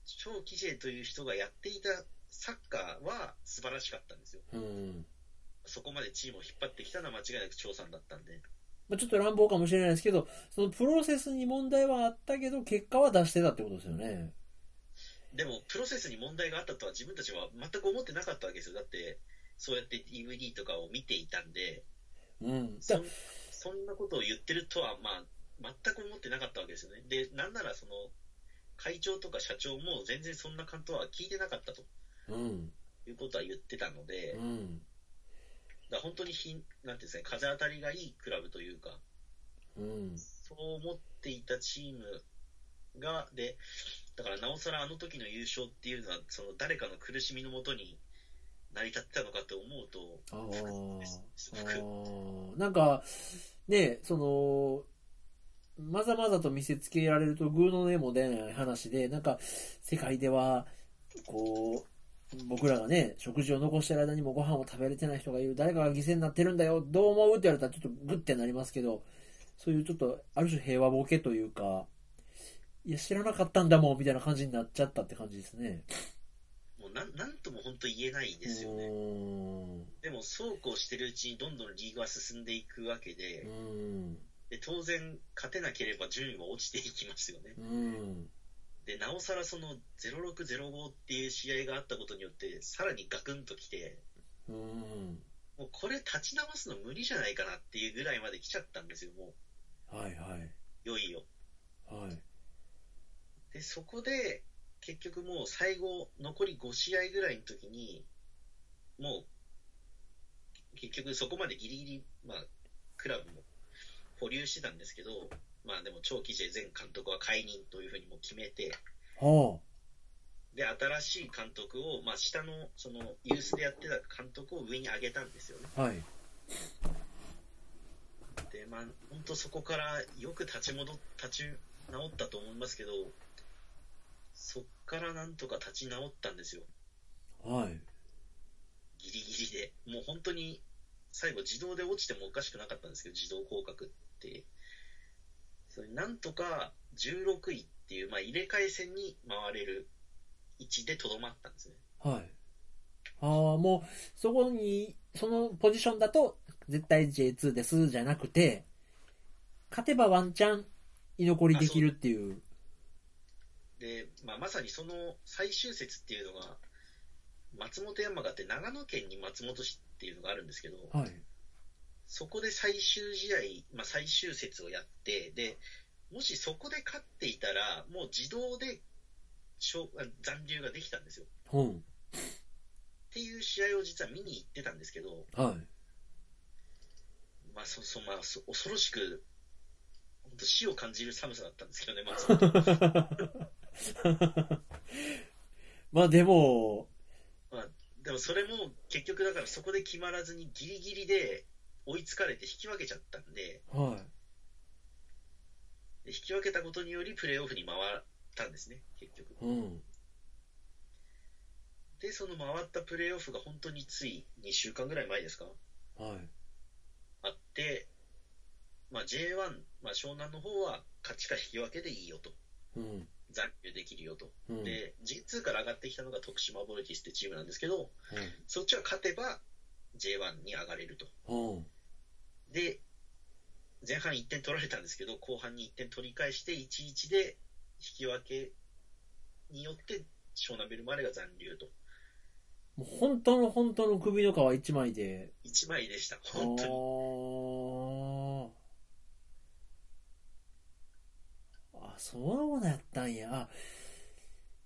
張吉ジという人がやっていたサッカーは素晴らしかったんですよ。
うん
そこまでチームを引っ張ってきたのは間違いなく張さんだったんで。
まあ、ちょっと乱暴かもしれないですけどそのプロセスに問題はあったけど結果は出してたってことですよね
でも、プロセスに問題があったとは自分たちは全く思ってなかったわけですよ。だって、そうやって DVD とかを見ていたんで、
うん
そ
だ
んそんなことを言ってるとは、まあ、全く思ってなかったわけですよね。で、なんならその、会長とか社長も全然そんな感とは聞いてなかったと
うん
いうことは言ってたので、
うん
だから本当にひん、なんていうんですかね、風当たりがいいクラブというか、
うん
そう思っていたチームが、で、だからなおさらあの時の優勝っていうのは、その誰かの苦しみのもとに成り立ってたのかと思うと、
あ
す
ー
ごく
あーなんかねそのまざまざと見せつけられるとグーの音も出ない話でなんか世界ではこう僕らがね食事を残してる間にもご飯を食べれてない人がいる誰かが犠牲になってるんだよどう思うって言われたらちょっとグッてなりますけどそういうちょっとある種平和ボケというかいや知らなかったんだもんみたいな感じになっちゃったって感じですね。
もうなんなんとも本当言えないですよね。
うーん
でもそうこうしてるうちにどんどんリーグは進んでいくわけ
う
で、
ん
で当然勝てなければ順位は落ちていきますよね。
うん
で、なおさらその0605っていう試合があったことによって、さらにガクンと来て、
うん
もうこれ立ち直すの無理じゃないかなっていうぐらいまで来ちゃったんですよ、も
はいはい。
う、いよいよ。
はい。
で、そこで、結局もう最後、残り5試合ぐらいの時に、もう、結局そこまでギリギリ、まあ、クラブも保留してたんですけど、まあでも長期 J 前監督は解任というふうにも決めて、
は
で、新しい監督を、まあ下の、その、ユースでやってた監督を上に上げたんですよね。
あ。はい。
で、まあ、本当そこからよく立ち戻っ、立ち直ったと思いますけど、そっからなんとか立ち直ったんですよ。
はい。
ギリギリで、もう本当に最後、自動で落ちてもおかしくなかったんですけど、自動降格って、それなんとか16位っていう、まあ、入れ替え戦に回れる位置でとどまったんですね。
はい。ああ、もう、そこに、そのポジションだと、絶対 J2 です、じゃなくて、勝てばワンチャン、居残りできるっていう。
で、まあ、まさにその最終節っていうのが、松本山があって、長野県に松本市っていうのがあるんですけど、
はい。
そこで最終試合、まあ、最終節をやって、で、もしそこで勝っていたら、もう自動で勝あ残留ができたんですよ。
うん。
っていう試合を実は見に行ってたんですけど、
はい。
まあ、そそまあ、そ恐ろしく、本当死を感じる寒さだったんですけどね、まあその、
まあでも、
でもそれも結局だからそこで決まらずにギリギリで追いつかれて引き分けちゃったんで、
は
で引き分けたことによりプレーオフに回ったんですね、結局。
い。うん。
で、その回ったプレーオフが本当につい2週間ぐらい前ですか
はい。
あって、まあ、J1、まあ、湘南の方は勝ちか引き分けでいいよと、
うん。
残留できるよと。
うん。
で、G2 から上がってきたのが徳島ボルティスってチームなんですけど、そっちは勝てば J1 に上がれると。
うん。
で、前半1点取られたんですけど、後半に1点取り返して、1-1で引き分けによって、湘南ベルマーレが残留と。
もう本当の本当の首の皮一枚で、
1枚でした、本当に。
あーあ、そうだったんや。あ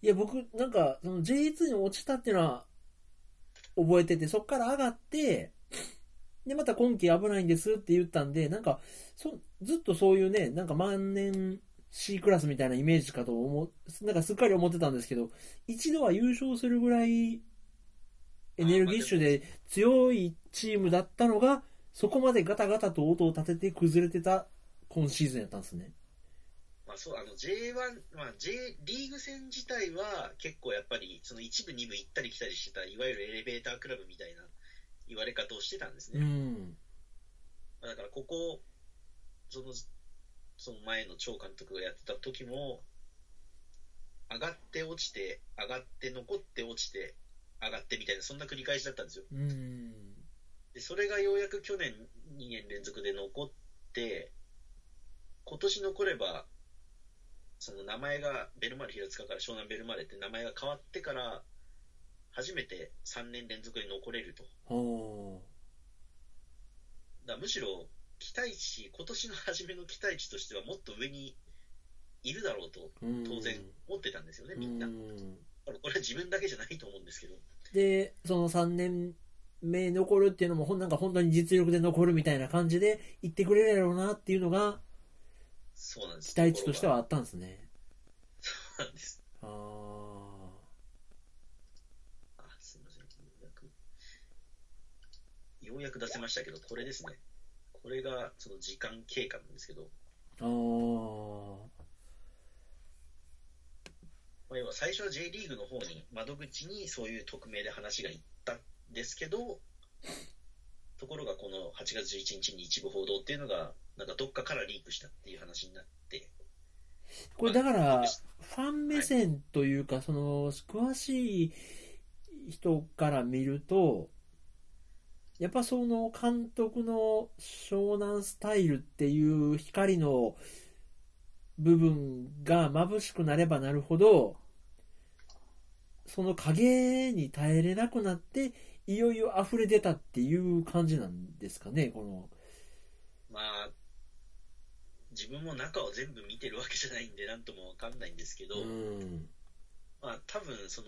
いや、僕、なんか、その J2 に落ちたっていうのは、覚えてて、そっから上がって、で、また今季危ないんですって言ったんで、なんか、そずっとそういうね、なんか万年 C クラスみたいなイメージかと思う、なんかすっかり思ってたんですけど、一度は優勝するぐらい、エネルギッシュで強いチームだったのが、そこまでガタガタと音を立てて崩れてた今シーズンやったんですね。
まあそう、あの J1、まあ J、リーグ戦自体は結構やっぱり、その1部2部行ったり来たりしてた、いわゆるエレベータークラブみたいな言われ方をしてたんですね。
うん。
まあだからここ、その、その前の張監督がやってた時も、上がって落ちて、上がって残って落ちて、上がってみたいな、そんな繰り返しだったんですよ。
うん。
で、それがようやく去年2年連続で残って、今年残れば、その名前がベルマーレ平塚から湘南ベルマーレって名前が変わってから、初めて3年連続で残れると。
は
だからむしろ期待値、今年の初めの期待値としてはもっと上にいるだろうと
あ。うん
当然思ってたんですよね、みんな。
う
だからこれは自分だけじゃないと思うんですけど、
で、その3年目残るっていうのも、ほんなんか本当に実力で残るみたいな感じで言ってくれるやろうなっていうのが、
そうなんです。
期待値としてはあったんですね。
そうなんです。
あ
あ、すみません。ようやく、ようやく出せましたけど、これですね。これがその時間経過なんですけど、
あ。ああ。
まあ、要は最初は J リーグの方に、窓口にそういう匿名で話が行ったんですけど、ところがこの8月11日に一部報道っていうのが、なんかどっかからリークしたっていう話になって、
これだから、ファン目線というか、その、詳しい人から見ると、やっぱその監督の湘南スタイルっていう光の部分が眩しくなればなるほど、その影に耐えれなくなって、いよいよ溢れ出たっていう感じなんですかね、この。
まあ、自分も中を全部見てるわけじゃないんで、なんともわかんないんですけど、
ん。
まあ、多分その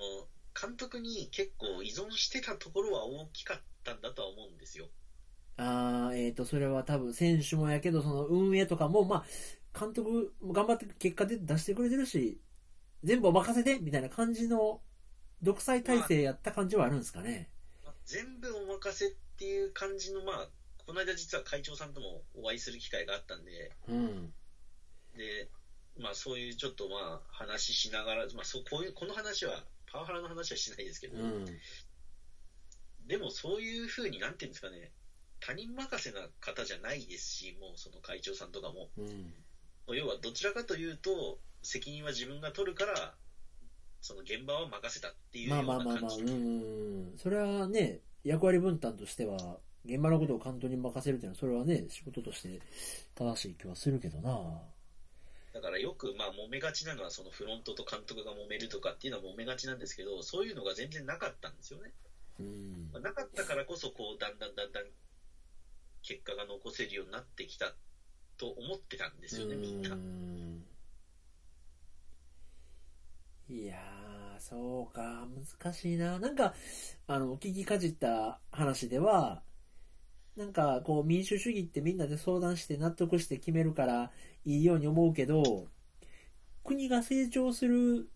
監督に結構依存してたところは大きかったんだとは思うんですよ。
ああ、えっ、と、それは多分選手もやけど、その運営とかも、まあ、監督も頑張って結果で出してくれてるし、全部お任せてみたいな感じの独裁体制やった感じはあるんですかね。
まあ全部お任せっていう感じの、まあ、この間実は会長さんともお会いする機会があったんで、
うん。
で、まあそういうちょっとまあ話しながら、まあそう、こういう、この話は、パワハラの話はしないですけど、
うん。
でもそういうふうになんていうんですかね、他人任せな方じゃないですし、もうその会長さんとかも、
うん。
要はどちらかというと、責任は自分が取るから、その現場は任せたっていう
ま
よ
あ
う
まあ
な
まあま
感
あ、
じ
う。ん。それはね、役割分担としては、現場のことを監督に任せるっていうのは、それはね、仕事として正しい気はするけどな。
だからよくまあ揉めがちなのは、そのフロントと監督が揉めるとかっていうのは揉めがちなんですけど、そういうのが全然なかったんですよね。
うん
まあ。なかったからこそ、こう、だんだんだんだん結果が残せるようになってきたと思ってたんですよね、みんな。
うーんいやーそうか難しいななんかあの聞きかじった話ではなんかこう民主主義ってみんなで相談して納得して決めるからいいように思うけど国が成長する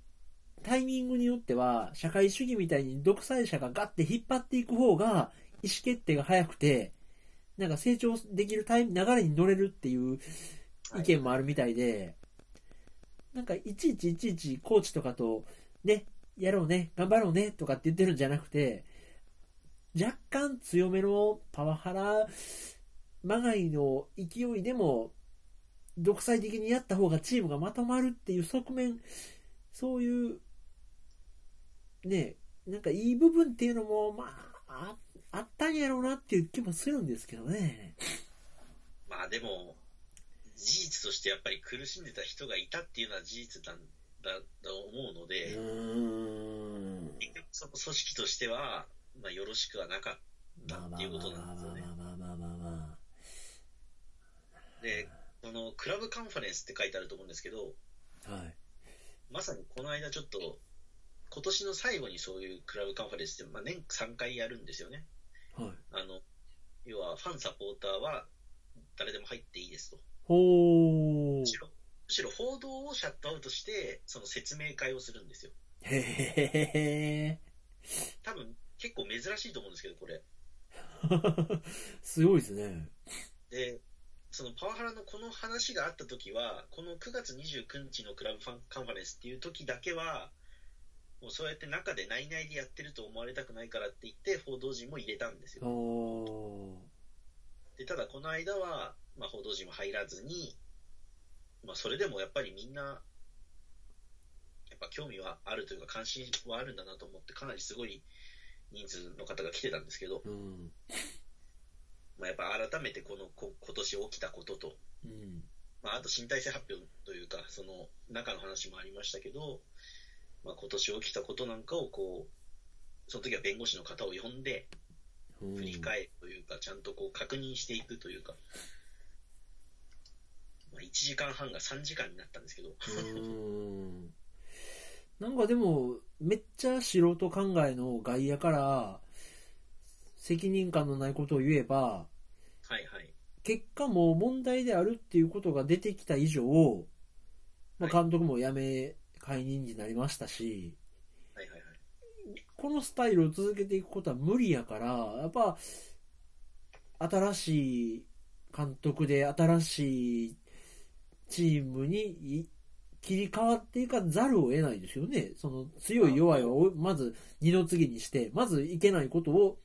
タイミングによっては社会主義みたいに独裁者がガッて引っ張っていく方が意思決定が早くてなんか成長できるタイミ流れに乗れるっていう意見もあるみたいで、なんかいちいちいちいちコーチとかと、ね、やろうね、頑張ろうねとかって言ってるんじゃなくて、若干強めのパワハラまがいの勢いでも、独裁的にやった方がチームがまとまるっていう側面、そういう、ね、なんかいい部分っていうのも、まあ、ああったんないやろうなっていう気もするんですけどね。
まあでも、事実としてやっぱり苦しんでた人がいたっていうのは事実なんだと思うの
う
で、
ーん。
結局その組織としては、まあよろしくはなかったっていうことなんですよね。
まあまあまあまあまあまあまあ。
で、このクラブカンファレンスって書いてあると思うんですけど、
はい。
まさにこの間ちょっと、今年の最後にそういうクラブカンファレンスって、まあ、年3回やるんですよね。
はい。
あの、要はファンサポーターは誰でも入っていいですと。
ほ
む
ー
し。ろ、むしろ報道をシャットアウトして、その説明会をするんですよ。
へへへへ
多分、結構珍しいと思うんですけど、これ。
へ。 すごいですね。
で、そのパワハラのこの話があった時は、この9月29日のクラブファンカンファレンスっていう時だけは、もうそうやって中で内々でやってると思われたくないからって言って、報道陣も入れたんですよ。
おー。
で、ただこの間は、まあ、報道陣も入らずに、まあ、それでもやっぱりみんな、やっぱ興味はあるというか関心はあるんだなと思って、かなりすごい人数の方が来てたんですけど、
うん。
まあ、やっぱ改めてこのこ今年起きたことと、
うん。
まあ、あと身体性発表というか、その中の話もありましたけど、まあ、今年起きたことなんかをこう、その時は弁護士の方を呼んで、
うん
振り返るというか、ちゃんとこう確認していくというか、まあ、1時間半が3時間になったんですけど、
うんなんかでも、めっちゃ素人考えの外野から、責任感のないことを言えば、
はいはい。
結果もう問題であるっていうことが出てきた以上、まあ、
は
監督も辞め、解任になりましたし、
はいはいはい。
このスタイルを続けていくことは無理やから、やっぱ、新しい監督で新しいチームにい切り替わっていかざるを得ないですよね。その強い弱いをまず二の次にして、まずいけないことを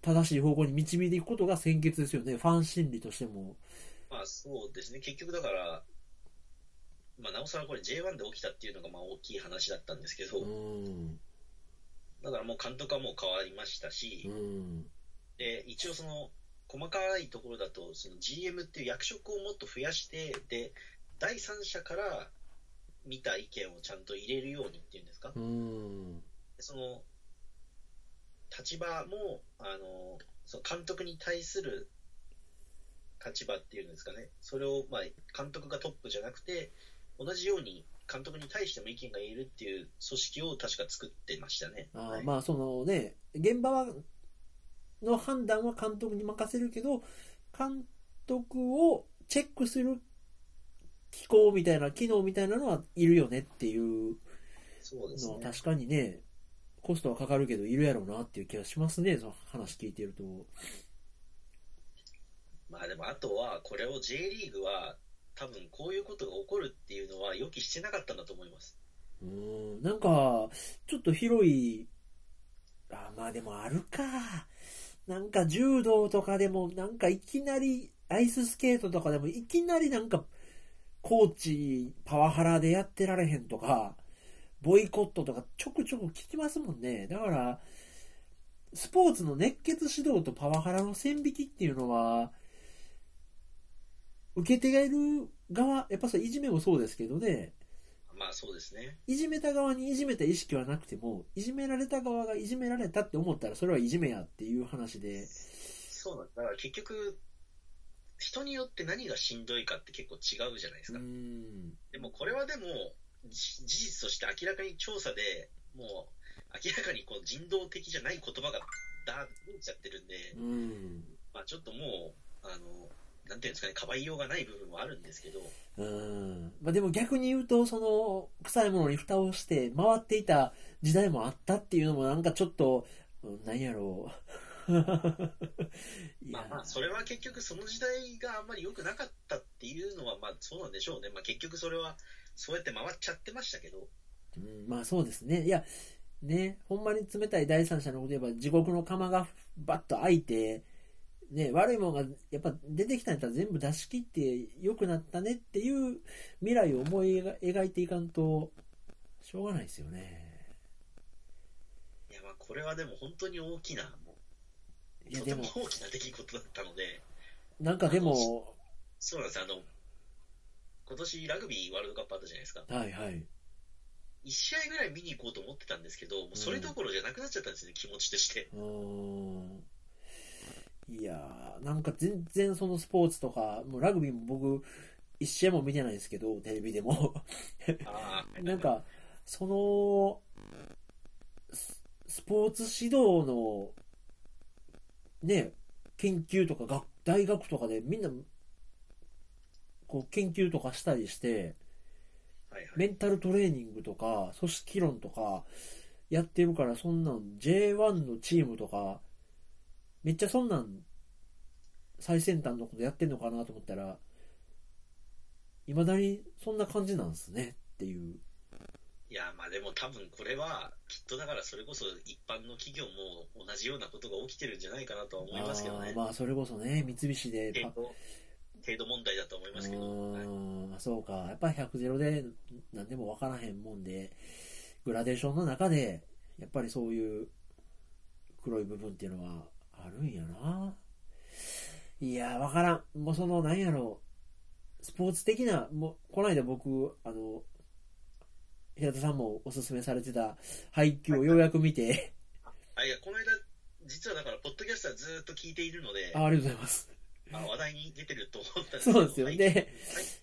正しい方向に導いていくことが先決ですよね。ファン心理としても。
まあそうですね、結局だから、まあ、なおさらこれ J1 で起きたっていうのがまあ大きい話だったんですけど、
うん。
だからもう監督はもう変わりましたし、
うん。
で一応その細かいところだとその GM っていう役職をもっと増やしてで第三者から見た意見をちゃんと入れるようにっていうんですか、
うん。
その立場もあのその監督に対する立場っていうんですかねそれを、まあ、監督がトップじゃなくて同じように監督に対しても意見が言えるっていう組織を確か作ってましたね。
あー
はい
まあそのね現場はの判断は監督に任せるけど監督をチェックする機構みたいな機能みたいなのはいるよねっていう
そうです
のは
ね
確かにねコストはかかるけどいるやろうなっていう気がしますねその話聞いてると
まあでもあとは、これを J リーグは、多分こういうことが起こるっていうのは予期してなかったんだと思います。
うんなんかちょっと広いあまあでもあるかなんか柔道とかでもなんかいきなりアイススケートとかでもいきなりなんかコーチパワハラでやってられへんとかボイコットとかちょくちょく聞きますもんねだからスポーツの熱血指導とパワハラの線引きっていうのは受け手がいる側やっぱそれいじめもそうですけどね
まあそうですね。
いじめた側にいじめた意識はなくても、いじめられた側がいじめられたって思ったら、それはいじめやっていう話で。
そうなんだ。から結局、人によって何がしんどいかって結構違うじゃないです
う
か。
ん。
でもこれはでも、じ事実として明らかに調査でもう、明らかにこう人道的じゃない言葉がだーっちゃってるんで、
うん。
まあちょっともう、あの、なんていうんですかね、かばいようがない部分もあるんですけど、
うん。まあでも逆に言うと、その、臭いものに蓋をして回っていた時代もあったっていうのもなんかちょっと、うんなんやろう。 い
まあまあ、それは結局その時代があんまり良くなかったっていうのは、まあそうなんでしょうね。まあ結局それは、そうやって回っちゃってましたけど、
うんまあそうですね。いや、ね、ほんまに冷たい第三者のこと言えば、地獄の釜がバッと開いて、ね、悪いものがやっぱ出てきたんやったら全部出し切って良くなったねっていう未来を思い描いていかんと、しょうがないですよね。
いやまあこれはでも本当に大きな
いや
と
で
ても
も
大きな出来事だったので、
なんかでも
そうなんですあの、今年ラグビーワールドカップあったじゃないですか。
はいはい
1試合ぐらい見に行こうと思ってたんですけど、もうそれどころじゃなくなっちゃったんですね、気持ちとして。
うーんいやーなんか全然そのスポーツとかもうラグビーも僕一試合も見てないですけどテレビでも
あー
なん、かそのススポーツ指導のね研究とか学大学とかでみんなこう研究とかしたりして
はいはい
メンタルトレーニングとか組織論とかやってるからそんなん J1 のチームとかめっちゃそんなん最先端のことやってんのかなと思ったらいまだにそんな感じなんですねっていう
いや、まあでも多分これは、きっとだからそれこそ一般の企業も同じようなことが起きてるんじゃないかなとは思いますけど
あ
ね
ー。まあそれこそね三菱で
程
パ
度、程度問題だと思いますけ
う
ど。はい
ーんそうかやっぱ100ゼロで何でも分からへんもんでグラデーションの中でやっぱりそういう黒い部分っていうのはあるんやないや分からんもうそのなんやろうスポーツ的なもうこの間僕あの平田さんもおすすめされてた配球をようやく見て、
あ、いや、この間、実はだから、ポッドキャストはずーっと聞いているので、
あありがとうございます
あ話題に出てると思ったん
そうですよ
はい
ね
はい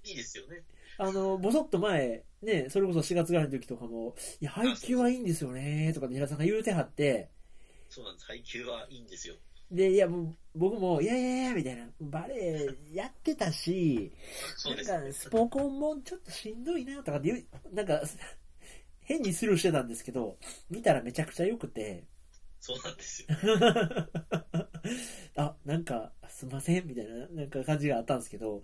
いいですよね。
あの、ぼそっと前、ね、それこそ4月ぐらいの時とかも、いや、配給はいいんですよね、とかって平田さんが言うてはって、
そうなんです。配給はいいんですよ。
で、いや、もう僕も、いやいやいや、みたいな、バレエやってたし、
そう
な
で
ん
す。
か、スポコンもちょっとしんどいな、とかって言う、なんか、変にスルーしてたんですけど、見たらめちゃくちゃ良くて、
そうなんですよ。
あ、なんか、すいません、みたいな、なんか感じがあったんですけど、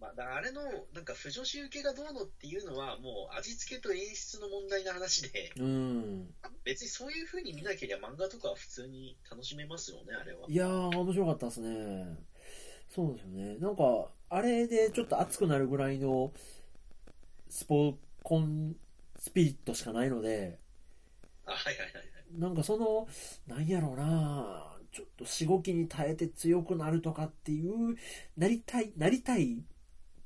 まあ、だからあれの、なんか、不女子受けがどうのっていうのは、もう、味付けと演出の問題の話で、
うん。
別にそういう風に見なければ漫画とかは普通に楽しめますよね、あれは。
いやー、面白かったですね。そうですよね。なんか、あれでちょっと熱くなるぐらいのスポコンスピリットしかないので、
あ、はいはいはいはい。
なんかその、なんやろうなちょっとしごきに耐えて強くなるとかっていう、なりたい、なりたい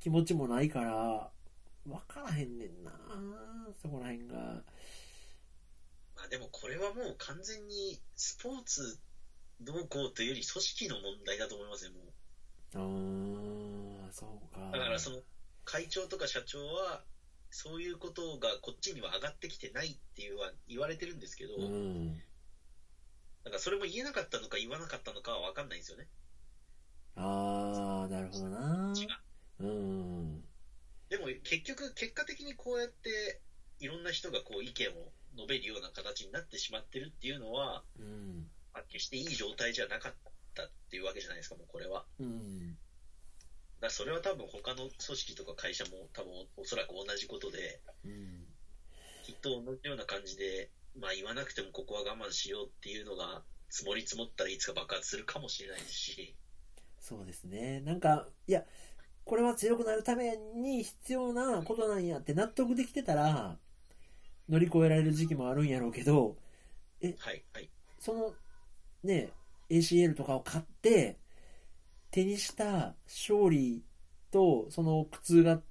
気持ちもないから、わからへんねんなそこらへんが。
まあでもこれはもう完全にスポーツどうこうというより組織の問題だと思いますね、もう。
あー、そうか。
だからその会長とか社長は、そういうことがこっちには上がってきてないっていうは言われてるんですけど、
うん。
なんかそれも言えなかったのか言わなかったのかは分かんないんですよね。
あー、なるほどな
違う
うん。
でも結局、結果的にこうやっていろんな人がこう意見を述べるような形になってしまってるっていうのは、
うん。
まあ決していい状態じゃなかったっていうわけじゃないですか、もうこれは。
うん。
だからそれは多分他の組織とか会社も多分おそらく同じことで、
うん。
きっと同じような感じで、まあ言わなくてもここは我慢しようっていうのが積もり積もったらいつか爆発するかもしれないし、
そうですね。なんか、いや、これは強くなるために必要なことなんやって納得できてたら、乗り越えられる時期もあるんやろうけど、
はい、はい。
その、ね、ACL とかを買って、手にした勝利とその苦痛が、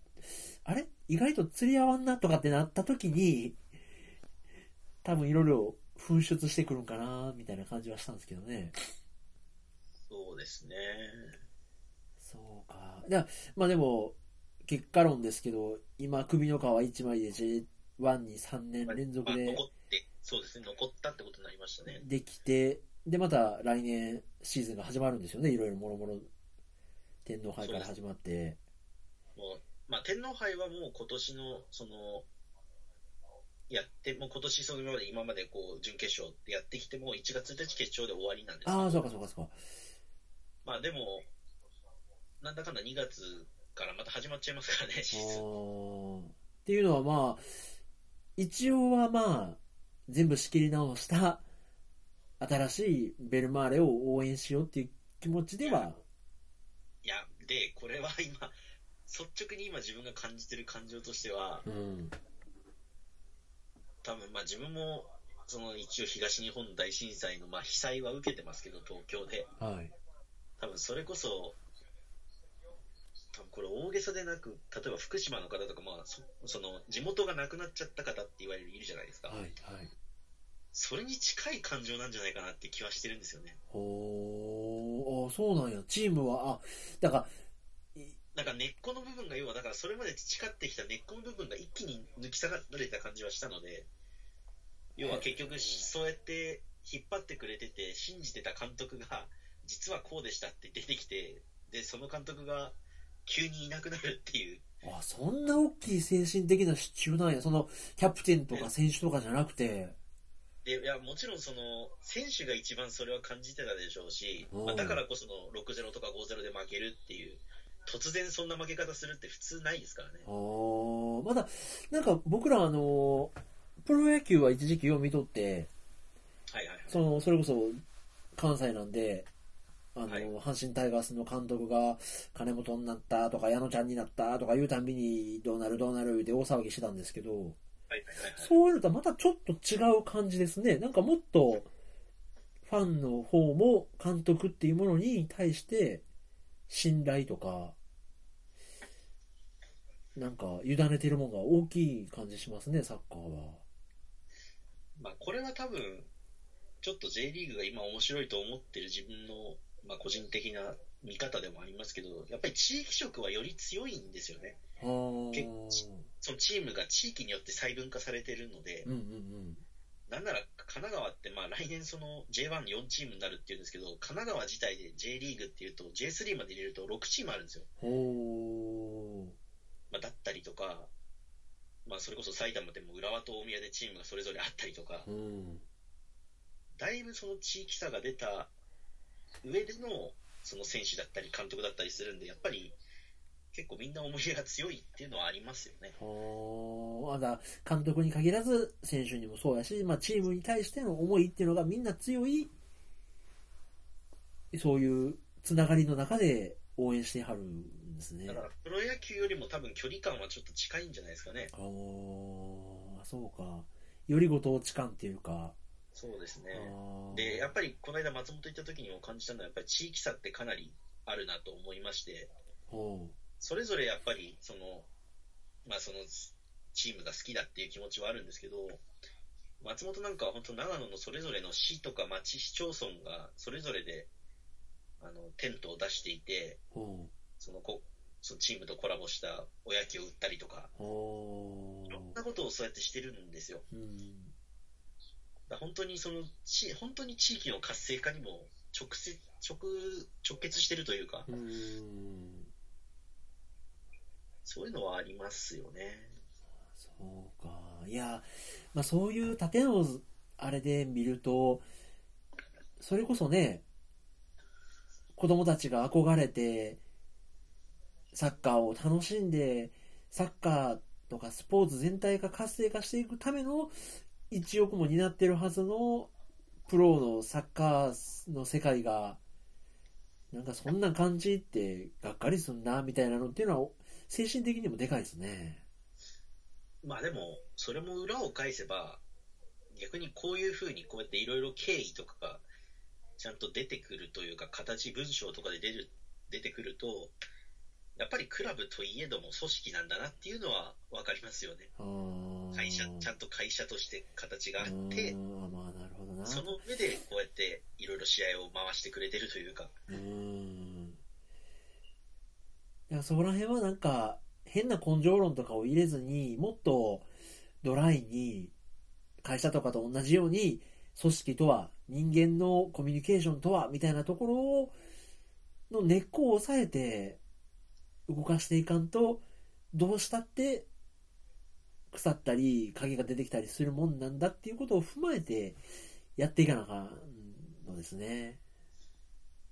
あれ意外と釣り合わんなとかってなった時に、多分いろいろ噴出してくるんかな、みたいな感じはしたんですけどね。
そうですね。
そうか。だまあでも、結果論ですけど、今、首の皮一枚で J1 に3年連続
まあ
で
残って、そうですね、残ったってことになりましたね。
できて、で、また来年シーズンが始まるんですよね。いろいろもろもろ天皇杯から始まって。
もう、まあ天皇杯はもう今年の、その、やって、もう今年そのまで今までこう準決勝ってやってきても1月1日決勝で終わりなんですけど
ああ、そうかそうかそうか。
まあでも、なんだかんだ2月からまた始まっちゃいますからね、
あ
シーズン。
ーっていうのはまあ、一応はまあ、全部仕切り直した新しいベルマーレを応援しようっていう気持ちでは、
いや、で、これは今、率直に今自分が感じてる感情としては、
うん。
多分まあ自分もその一応東日本大震災の、まあ、被災は受けてますけど、東京で。
はい。
多分それこそ、多分これ大げさでなく、例えば福島の方とか、まあ、そその地元がなくなっちゃった方って言われるいるじゃないですか、
はい。はい。
それに近い感情なんじゃないかなって気はしてるんですよね。
おー、あ、そうなんや。チームは、あ、だから、
なんか根っこの部分が要は、だからそれまで培ってきた根っこの部分が一気に抜き下がられた感じはしたので、要は結局、そうやって引っ張ってくれてて、信じてた監督が、実はこうでしたって出てきて、で、その監督が急にいなくなるっていう、
あ、そんな大きい精神的な支柱なんや。その、キャプテンとか選手とかじゃなくて。
でいやもちろんその選手が一番それは感じてたでしょうし、まあ、
うん
だからこその6-0とか5-0で負けるっていう、突然そんな負け方するって普通ないですからね。
おー、まだ、なんか僕らあの、プロ野球は一時期を見とって、
はいはいはい。
その、それこそ、関西なんで、あの、
はい
阪神タイガースの監督が、金本になったとか、矢野ちゃんになったとか言うたんびに、どうなるどうなるって大騒ぎしてたんですけど、
はいはいはいはい
そうやるとまたちょっと違う感じですね。なんかもっと、ファンの方も監督っていうものに対して、信頼とか、なんか、委ねてるもんが大きい感じしますね、サッカーは。
まあ、これは多分、ちょっと J リーグが今面白いと思ってる自分の、まあ、個人的な見方でもありますけど、やっぱり地域色はより強いんですよね。
あー
結そのチームが地域によって細分化されてるので
う、んうんうん。
なんなら神奈川って、まあ、来年その J14 チームになるっていうんですけど、神奈川自体で J リーグっていうと J3 まで入れると6チームあるんですよ。
ほー。
まあ、だったりとか、まあ、それこそ埼玉でも浦和と大宮でチームがそれぞれあったりとか
う、ん。
だいぶその地域差が出た上でのその選手だったり監督だったりするんで、やっぱり結構みんな思い入れが強いっていうのはありますよね。
あだ監督に限らず選手にもそうやし、まあ、チームに対しての思いっていうのがみんな強いそういうつながりの中で応援してはるんですね
だからプロ野球よりも多分距離感はちょっと近いんじゃないですかね。
あーそうかよりご当地感っていうか、
そうです
あ
ね。
ー
で、やっぱりこの間松本行った時にも感じたのは、やっぱり地域差ってかなりあるなと思いまして、
ほ
それぞれやっぱりその、まあそのチームが好きだっていう気持ちはあるんですけど、松本なんかは本当長野のそれぞれの市とか町市町村がそれぞれであのテントを出していて、
うほ
そのこそのチームとコラボしたおやきを売ったりとか、
うほ
いろんなことをそうやってしてるんですよ。
ううん
だから本当にそのち本当に地域の活性化にも直接直直結してるというか、
うん
そういうのはありますよね。
そうか。いや、まあそういう縦のあれで見ると、それこそね、子供たちが憧れて、サッカーを楽しんで、サッカーとかスポーツ全体が活性化していくための一億も担ってるはずのプロのサッカーの世界が、なんかそんな感じってがっかりすんなみたいなのっていうのは精神的にもでかいですね。
まあでも、それも裏を返せば、逆にこういうふうにこうやっていろいろ経緯とかがちゃんと出てくるというか、形、文章とかで出る出てくると、やっぱりクラブといえども組織なんだなっていうのは分かりますよね。会社、ちゃんと会社として形があって
う、んあまあなるほどな
その上でこうやっていろいろ試合を回してくれてるというか、
うんいやそこら辺はなんか変な根性論とかを入れずにもっとドライに会社とかと同じように組織とは人間のコミュニケーションとはみたいなところをの根っこを抑えて動かしていかんとどうしたって腐ったり影が出てきたりするもんなんだっていうことを踏まえてやっていかなあかんのですね。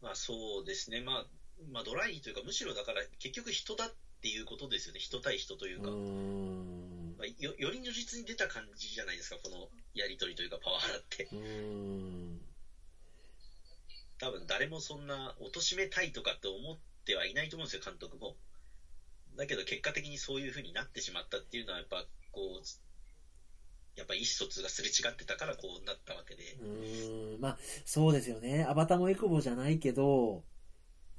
まあそうですね、まあ、まあドライというか、むしろだから結局人だっていうことですよね、人対人というか、
うーん
まあ、よより如実に出た感じじゃないですか、このやり取りというか、パワハラって。
うーん
多分誰もそんな貶めたいとかって思ってはいないと思うんですよ、監督も。だけど結果的にそういう風になってしまったっていうのは、やっぱこう、やっぱ意思疎通がすれ違ってたからこうなったわけで
うーんまあそうですよねアバタもエクボじゃないけど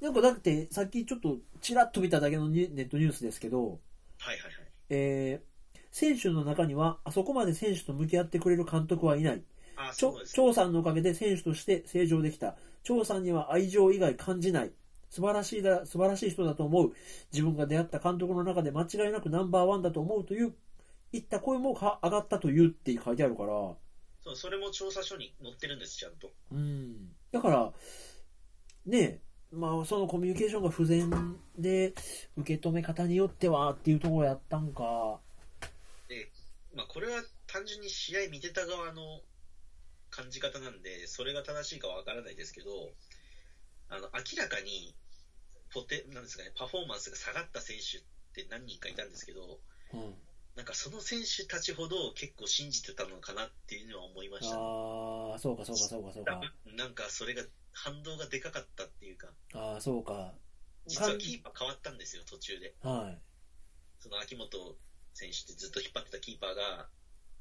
なんかだってさっきちょっとちらっと見ただけのニュネットニュースですけど、
はいはいはい
えー選手の中にはあそこまで選手と向き合ってくれる監督はいない
あ
ち
そ
ょ
うですね
張さんのおかげで選手として成長できた張さんには愛情以外感じない素晴らしいだ素晴らしい人だと思う自分が出会った監督の中で間違いなくナンバーワンだと思うといういった声もか上がったというって書いてあるから
そうそれも調査書に載ってるんですちゃんと
うんだからねえまあそのコミュニケーションが不全で受け止め方によってはっていうところやったんか
まあ、これは単純に試合見てた側の感じ方なんで、それが正しいかわからないですけど、あの明らかにポテなんですか、ね、パフォーマンスが下がった選手って何人かいたんですけど、
うん
なんかその選手たちほど結構信じてたのかなっていうのは思いました、
ああそうかそうかそうかそうか
なんかそれが反動がでかかったっていうか、
ああそうか
実はキーパー変わったんですよ、途中で。
はい
その秋元選手ってずっと引っ張ってたキーパーが、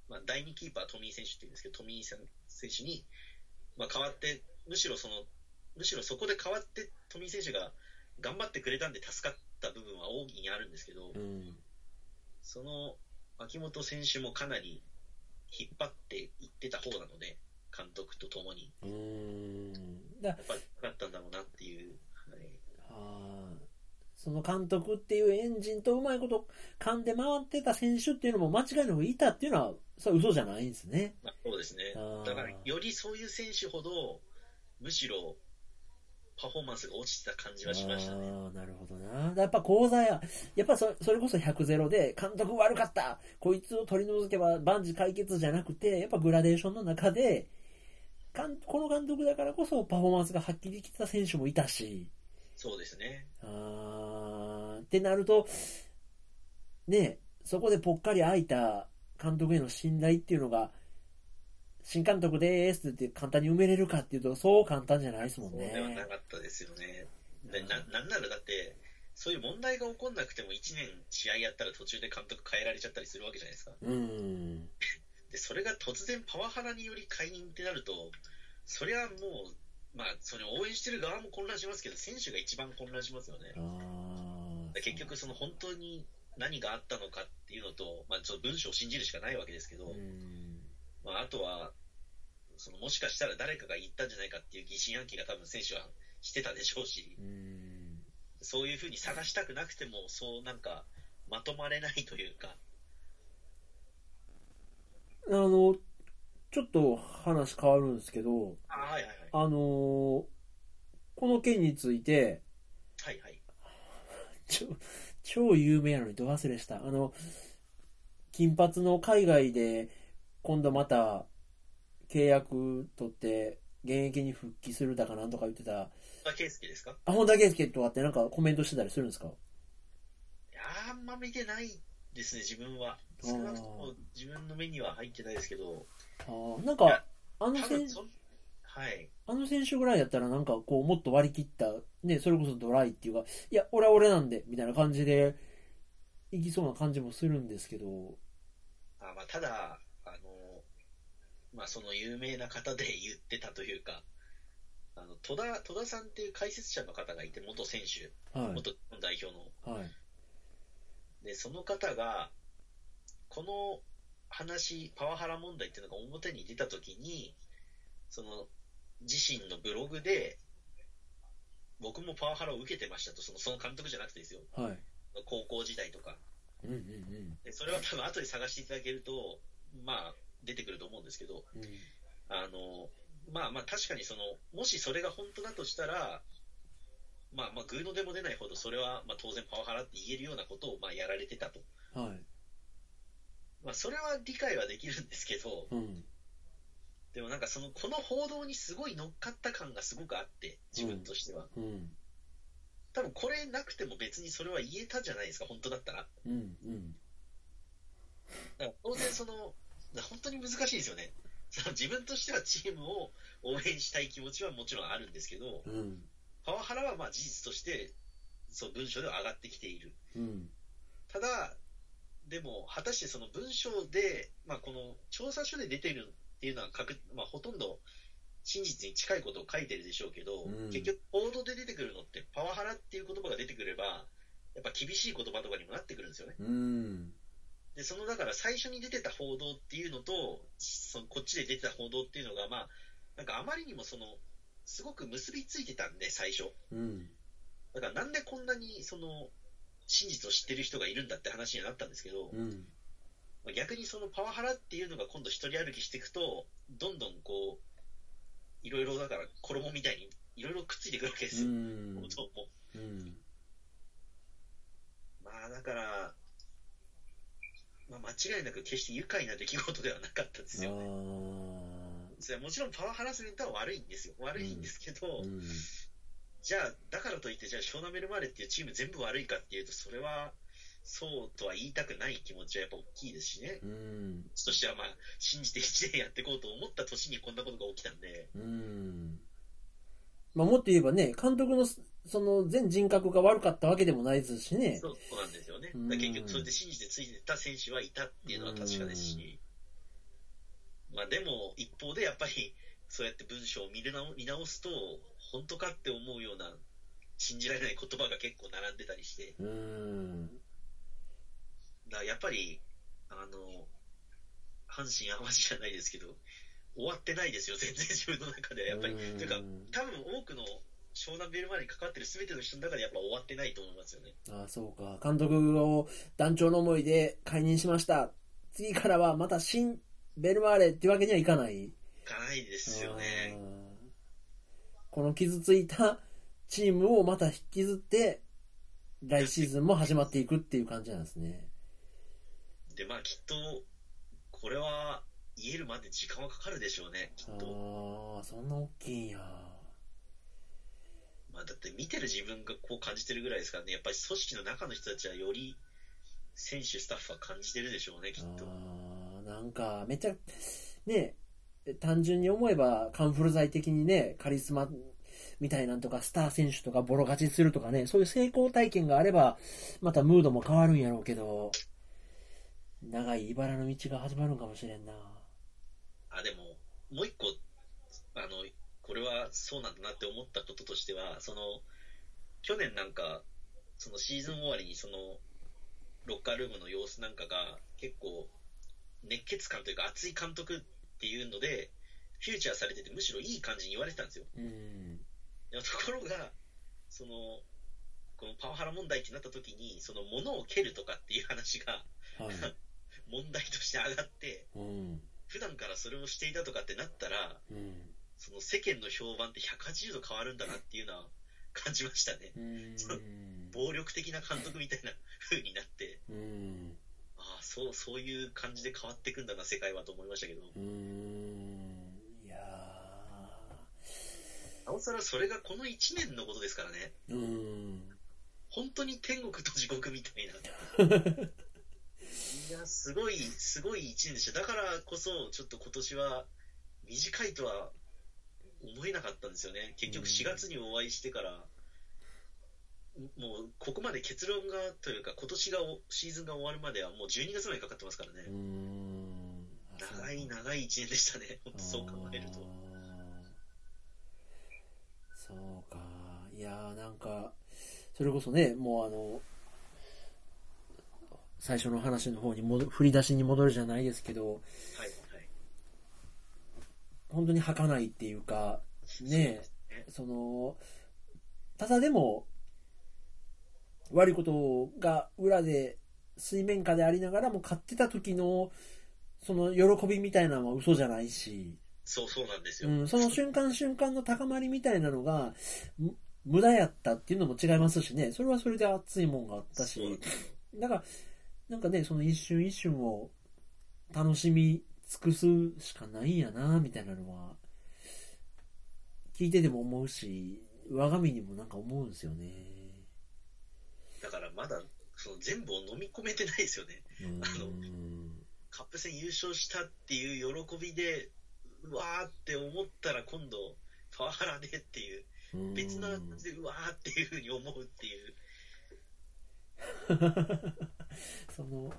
まあ、第2キーパー、トミー選手っていうんですけど、トミーさん選手に、まあ、変わって、むしろその、むしろそこで変わって、トミー選手が頑張ってくれたんで助かった部分は大きにあるんですけど、
うん
その秋元選手もかなり引っ張っていってた方なので、監督とともに、
うーんだ
やっぱりなったんだろうなっていう、はい、
あーその監督っていうエンジンとうまいこと噛んで回ってた選手っていうのも間違いなくいたっていうのはそれは嘘じゃないんですね
まあ、そうですね
あー、
だからよりそういう選手ほど、むしろパフォーマンスが落ちてた感じはしましたね。
あーなるほどな。やっぱ講座や、やっぱそそれこそ100ゼロで、監督悪かった、こいつを取り除けば万事解決じゃなくて、やっぱグラデーションの中で、かんこの監督だからこそパフォーマンスが発揮できてた選手もいたし、
そうですね。
あーってなると、ねえ、そこでぽっかり空いた監督への信頼っていうのが、新監督でーすって言って簡単に埋めれるかっていうと、そう簡単じゃないですもん
そうではな
ね。
かったですよね。
う
で
ん
ななんならだって、そういう問題が起こんなくても1年試合やったら途中で監督変えられちゃったりするわけじゃないですか。
うん。
で、それが突然パワハラにより解任ってなると、それはもう、まあ、それ応援してる側も混乱しますけど、選手が一番混乱しますよね。
あー
で結局、その本当に何があったのかっていうのと、まあ、ちょっと文章を信じるしかないわけですけど、
うん
まあ、あとはその、もしかしたら誰かが言ったんじゃないかっていう疑心暗鬼が多分選手はしてたでしょうし
う、ん
そういうふうに探したくなくても、そうなんか、まとまれないというか、
あのちょっと話変わるんですけど
あはいはいはい。
あのこの件について
はいはい。
超超有名なのにど忘れしたあの金髪の海外で今度また契約取って現役に復帰するだかなんとか言ってた
まあ、圭介ですか
あ本田圭佑とかってなんかコメントしてたりするんですか
いやあんま見てないですね、自分は。少なくとも自分の目には入ってないですけど、
あーなんかあの
多
選
分そん、はい。
あの選手ぐらいやったらなんかこうもっと割り切った、ね、それこそドライっていうか、いや、俺は俺なんで、みたいな感じで、いきそうな感じもするんですけど、
あまあ、ただ、あの、まあ、その有名な方で言ってたというか、あの戸田戸田さんっていう解説者の方がいて、元選手、
は
元日本代表の、
い。はい。
でその方が、この話、パワハラ問題っていうのが表に出たときに、その自身のブログで、僕もパワハラを受けてましたと、そのその監督じゃなくてですよ、
はい。
高校時代とか、
うんうん
でそれは多分後で探していただけると、まあ、出てくると思うんですけど、
うん。
あのまあまあ確かにそのもしそれが本当だとしたらまあまあ偶の出も出ないほどそれはまあ当然パワハラって言えるようなことをまあやられてたと、
うん。はい。
まあ、それは理解はできるんですけど
うん。
でもなんかそのこの報道にすごい乗っかった感がすごくあって自分としては、
うん。
多分これなくても別にそれは言えたじゃないですか本当だったら
うん。うん。
だから当然その本当に難しいですよねその自分としてはチームを応援したい気持ちはもちろんあるんですけど、
うん。
パワハラはまあ事実としてそう文章では上がってきている。
うん。
ただ、でも、果たしてその文章で、まあ、この調査書で出てるっていうのは確、まあ、ほとんど真実に近いことを書いてるでしょうけど、
うん
結局、報道で出てくるのって、パワハラっていう言葉が出てくれば、やっぱ厳しい言葉とかにもなってくるんですよね。
うん。
で、そのだから最初に出てた報道っていうのと、そのこっちで出てた報道っていうのが、まあ、なんかあまりにもその、すごく結びついてたんで、最初。
うん。
だからなんでこんなにその、真実を知ってる人がいるんだって話にはなったんですけど、
うん。
まあ逆にそのパワハラっていうのが今度一人歩きしていくと、どんどんこう、いろいろだから衣みたいにいろいろくっついてくるわけです
う
よ。
ん。
どうも
うん。
まあだから、まあ、間違いなく決して愉快な出来事ではなかったですよね。それはもちろんパワーハラスメントは悪いんですよ。悪いんですけど、
あーうん。
じゃあ、だからといって、じゃあ、湘南ベルマーレっていうチーム全部悪いかっていうと、それは、そうとは言いたくない気持ちはやっぱ大きいですしね。
うん。
そしてはまあ、信じて1年やっていこうと思った年にこんなことが起きたんで、
うん。まあ、もっと言えばね、監督のす、その、全人格が悪かったわけでもないですしね。
そうそうなんですよね。だ
う
か
ん
ら結局、それで信じてついてた選手はいたっていうのは確かですし、まあでも、一方でやっぱり、そうやって文章を見るなお見直すと、本当かって思うような、信じられない言葉が結構並んでたりして、
うん。
だからやっぱり、あの、阪神・淡路じゃないですけど、終わってないですよ、全然自分の中では。やっぱり、
うん
というか、多分多くの湘南ベルマーレに関わってる全ての人の中でやっぱ終わってないと思いますよね。
ああ、そうか。監督を団長の思いで解任しました。次からはまた新ベルマーレってわけにはいかない。
いかないですよね。
ああこの傷ついたチームをまた引きずって、来シーズンも始まっていくっていう感じなんですね。
で、まあきっと、これは言えるまで時間はかかるでしょうね、きっと。
ああ、そんな大きいんや。
まあだって見てる自分がこう感じてるぐらいですからね、やっぱり組織の中の人たちはより選手、スタッフは感じてるでしょうね、きっと。
あーなんかめっちゃね単純に思えばカンフル剤的にねカリスマみたいなんとかスター選手とかボロ勝ちするとかねそういう成功体験があればまたムードも変わるんやろうけど長い茨の道が始まるんかもしれんな
あ、でも、もう一個、あの、これはそうなんだなって思ったこととしては、その、去年なんか、そのシーズン終わりにその、ロッカールームの様子なんかが、結構、熱血感というか熱い監督っていうので、フューチャーされてて、むしろいい感じに言われてたんですよ。
うん
でもところが、その、このパワハラ問題ってなった時に、その、物を蹴るとかっていう話が
はい
問題として上がって、
うん
普段からそれをしていたとかってなったら、
うん
その世間の評判って180度変わるんだなっていうのは感じましたね。
うん
暴力的な監督みたいな風になって、
うん
ああ、そう、そういう感じで変わっていくんだな、世界はと思いましたけど、
うんいや
なおさらそれがこの1年のことですからね、
ーうん
本当に天国と地獄みたいな。い や、すごい、すごい1年でした。だからこそ、ちょっと今年は短いとは思えなかったんですよね。結局4月にお会いしてから、もうここまで結論がというか、今年がおシーズンが終わるまではもう12月までかかってますから
う
ね。
んあそう
長い長い1年でした ね。本当そう考えると
あー。そうかいやーなんかそれこそねもうあの最初の話の方に戻振り出しに戻るじゃないですけど
はい、はい。
本当に儚いっていうかね
ね
そのただでも悪いことが裏で水面下でありながらも買ってた時のその喜びみたいなのは嘘じゃないし
そうそうなんですよ。
うん、その瞬間瞬間の高まりみたいなのが、む無駄やったっていうのも違いますしね、それはそれで熱いもんがあったし
そう、
だから、なんかね、その一瞬一瞬を楽しみ尽くすしかないんやな、みたいなのは、聞いてても思うし、我が身にもなんか思うんですよね。
だからまだその全部を飲み込めてないですよね。
うん
あのカップ戦優勝したっていう喜びで、うわーって思ったら今度、パワハラでっていう、
うん
別な感じでうわーっていうふうに思うっていう、
その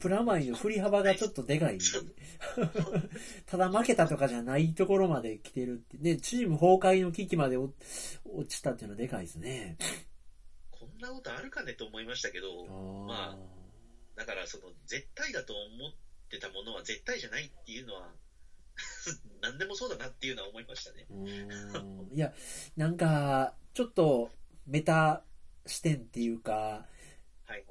プラマイの振り幅がちょっとで かい。ただ負けたとかじゃないところまで来てるって。ね、チーム崩壊の危機までお落ちたっていうのはでかいですね。
こんなことあるかねと思いましたけど、
あ
ま
あ。
だからその絶対だと思ってたものは絶対じゃないっていうのは 何でもそうだなっていうのは思いましたね。
うーんいや、なんか、ちょっと、メタ視点っていうか、
はい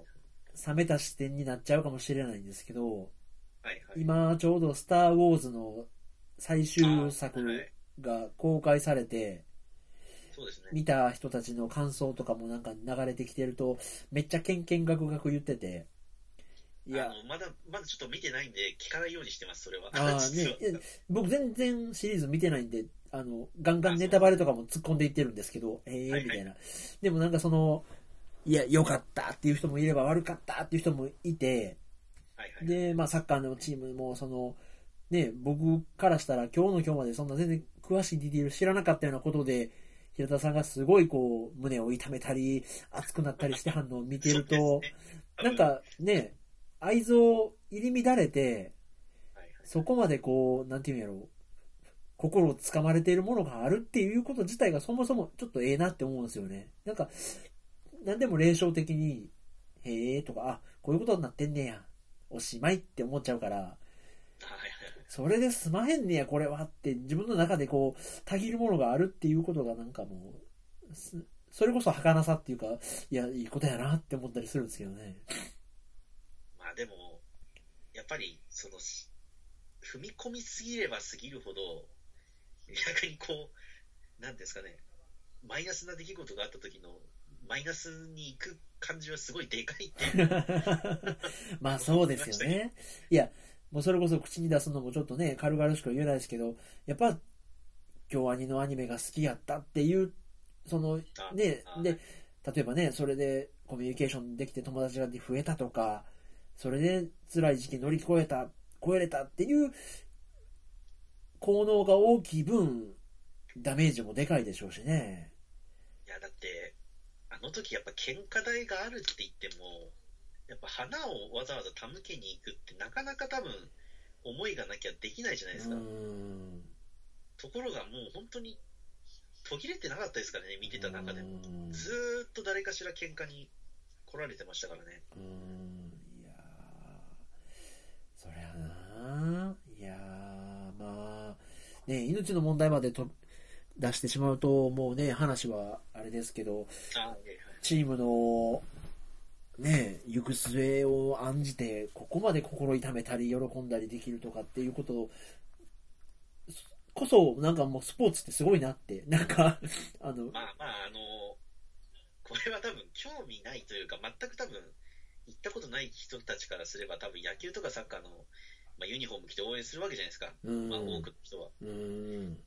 冷めた視点になっちゃうかもしれないんですけど、
はいはい。
今ちょうど「スター・ウォーズ」の最終
あは
作
い
が公開されて
そうですね。
見た人たちの感想とかもなんか流れてきてるとめっちゃけんけんがくがく言っててい
あ
や
のまだまだちょっと見てないんで聞かないようにしてますそれは。
あー
実
ね
は、
いや僕全然シリーズ見てないんであのガンガンネタバレとかも突っ込んでいってるんですけどええ
はいはい
みたいなでもなんかそのいや良かったっていう人もいれば悪かったっていう人もいて
はいはい。
で、まあ、サッカーのチームもその、ね、僕からしたら今日の今日までそんな全然詳しいディティール知らなかったようなことで平田さんがすごいこう胸を痛めたり熱くなったりして反応を見てる
そう
と、
ですね
なん、かね愛憎入り乱れて
多分はいはい
そこまでこうなんていうんやろう心をつかまれているものがあるっていうこと自体がそもそもちょっとええなって思うんですよねなんか何でも霊障的に「へえ」とか「あこういうことになってんねやおしまい」って思っちゃうから
はいはいはい
それで済まへんねやこれはって自分の中でこうたぎるものがあるっていうことがなんかもうすそれこそ儚さっていうかいやいいことやなって思ったりするんですけどね
まあでも、やっぱり、その、し踏み込みすぎればすぎるほど、逆にこう、なんていうんですかね、マイナスな出来事があった時の、マイナスに行く感じはすごいでかいっていう。
まあそうですよねいやもうそれこそ口に出すのもちょっとね軽々しくは言えないですけどやっぱ京アニのアニメが好きやったっていうその
あ
ね
あ
で例えばねそれでコミュニケーションできて友達が増えたとかそれで辛い時期乗り越えた越えれたっていう効能が大きい分ダメージもでかいでしょうしね
いや、だって、あの時やっぱ喧嘩台があるって言っても、やっぱ花をわざわざ手向けに行くってなかなか多分、思いがなきゃできないじゃな
う
いです
ー
か。
ん
ところがもう本当に、途切れてなかったですからね、見てた中でも。
うーん
ずーっと誰かしら喧嘩に来られてましたからね。
うーんいやーそりゃないやーまあね命の問題までと出してしまうともうね話はあれですけど
あいやい
チームのね行く末を案じてここまで心痛めたり喜んだりできるとかっていうことこそなんかもうスポーツってすごいなってなんか あの
やまあまあ、あのこれは多分興味ないというか、全く多分、行ったことない人たちからすれば、多分野球とかサッカーの、まあ、ユニフォーム着て応援するわけじゃないですか。
うーん
まあ、多くの人は。
うーん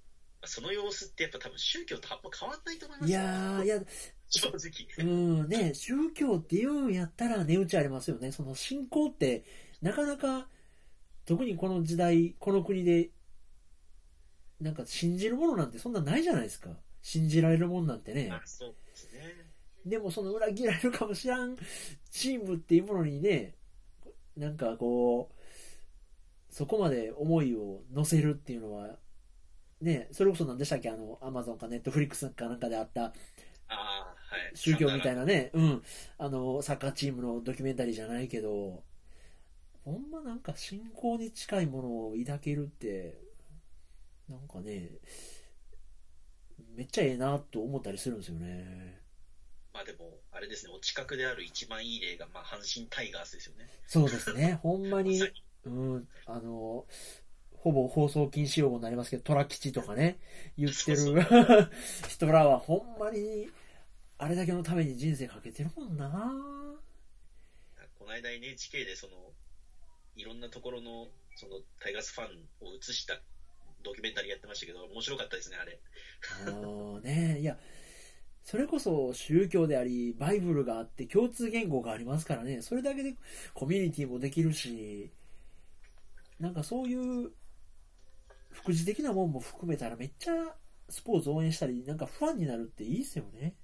その様子ってやっぱ多分宗教とあんま変わんないと思います
い
よ
やーいや
正直。
うーんね宗教っていうんやったら値打ちありますよねその信仰ってなかなか特にこの時代この国でなんか信じるものなんてそんなないじゃないですか信じられるもんなんてね
まあそうですね。
でもその裏切られるかもしらんチームっていうものにね、なんかこう、そこまで思いを乗せるっていうのは、ね、それこそ何でしたっけ、あの、アマゾンかネットフリックスかなんかであった
ああ、はい。
宗教みたい
な。
なね、うん、あの、サッカーチームのドキュメンタリーじゃないけど、ほんまなんか信仰に近いものを抱けるって、なんかね、めっちゃええなと思ったりするんですよね。
まあでも、あれですね、お近くである一番いい例が、まあ阪神タイガースですよね。
そうですね、 ほんま
ま
に
さ、に
うん、あの、ほぼ放送禁止用語になりますけど、虎吉とかね、言ってる
そう
人らは、ほんまに、あれだけのために人生かけてるもんな。
この間 NHK でその、いろんなところの、その、タイガースファンを映したドキュメンタリーやってましたけど、面白かったですね、あれ。
あのね、いや、それこそ宗教であり、バイブルがあって、共通言語がありますからね、それだけでコミュニティもできるし、なんかそういう、副次的なもんも含めたら、めっちゃスポーツ応援したり、なんかファンになるっていいですよね。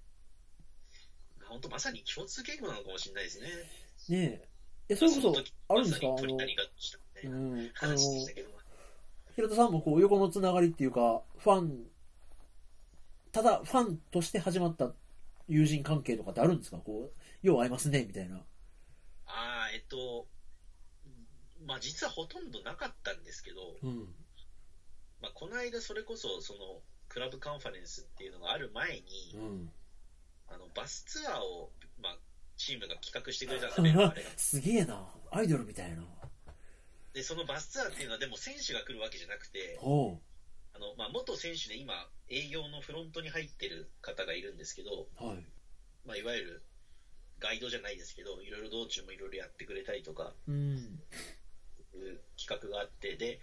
本当まさに共通言語なのかもしれないですね。
ねえや、それこ
ま
そ
の時、
あるんですかあ
まさに
の、
鳥谷がどうしたみた
う、
いなん
あの
話でしたけど、
平田さんもこう横のつながりっていうかファンただファンとして始まった友人関係とかってあるんですかこうよう会いますねみたいな
ああ、えっと、まあ実はほとんどなかったんですけど、
うん
まあ、この間それこそ、その、クラブカンファレンスっていうのがある前に、
うん
あの、バスツアーを、まあ、チームが企画してくれたんですよ、メンバー で
すげえなアイドルみたいな
で、そのバスツアーっていうのは、でも選手が来るわけじゃなくて、
ほ
あの、まあ、元選手で今、営業のフロントに入ってる方がいるんですけど、
うはい
まあ、いわゆる、ガイドじゃないですけど、いろいろ道中もいろいろやってくれたりとか、
うん
いう企画があって、で、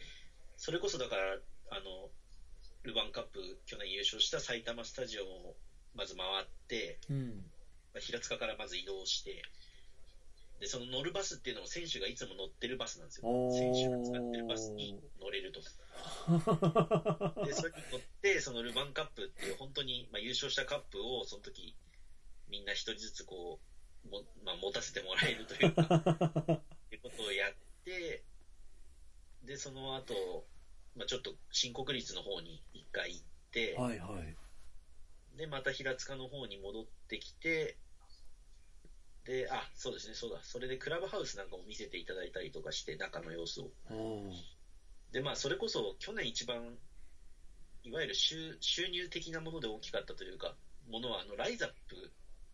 それこそだから、あの、ルヴァンカップ去年優勝した埼玉スタジオをまず回って、
うん
まあ平塚からまず移動して、で、その乗るバスっていうのも選手がいつも乗ってるバスなんですよ
お。ー
選手が使ってるバスに乗れると。で、それに乗って、そのルヴァンカップっていう本当に、まあ、優勝したカップを、その時、みんな一人ずつこう、もまあ、持たせてもらえると いうか、っていうことをやって、で、その後、まあ、ちょっと新国立の方に一回行って、
はいはい
で、また平塚の方に戻ってきて、で、あ、そうですね、そうだ。それでクラブハウスなんかも見せていただいたりとかして、中の様子を。
ほ
で、まあ、それこそ去年一番、いわゆる収収入的なもので大きかったというか、ものは、あの、ライザッ
うは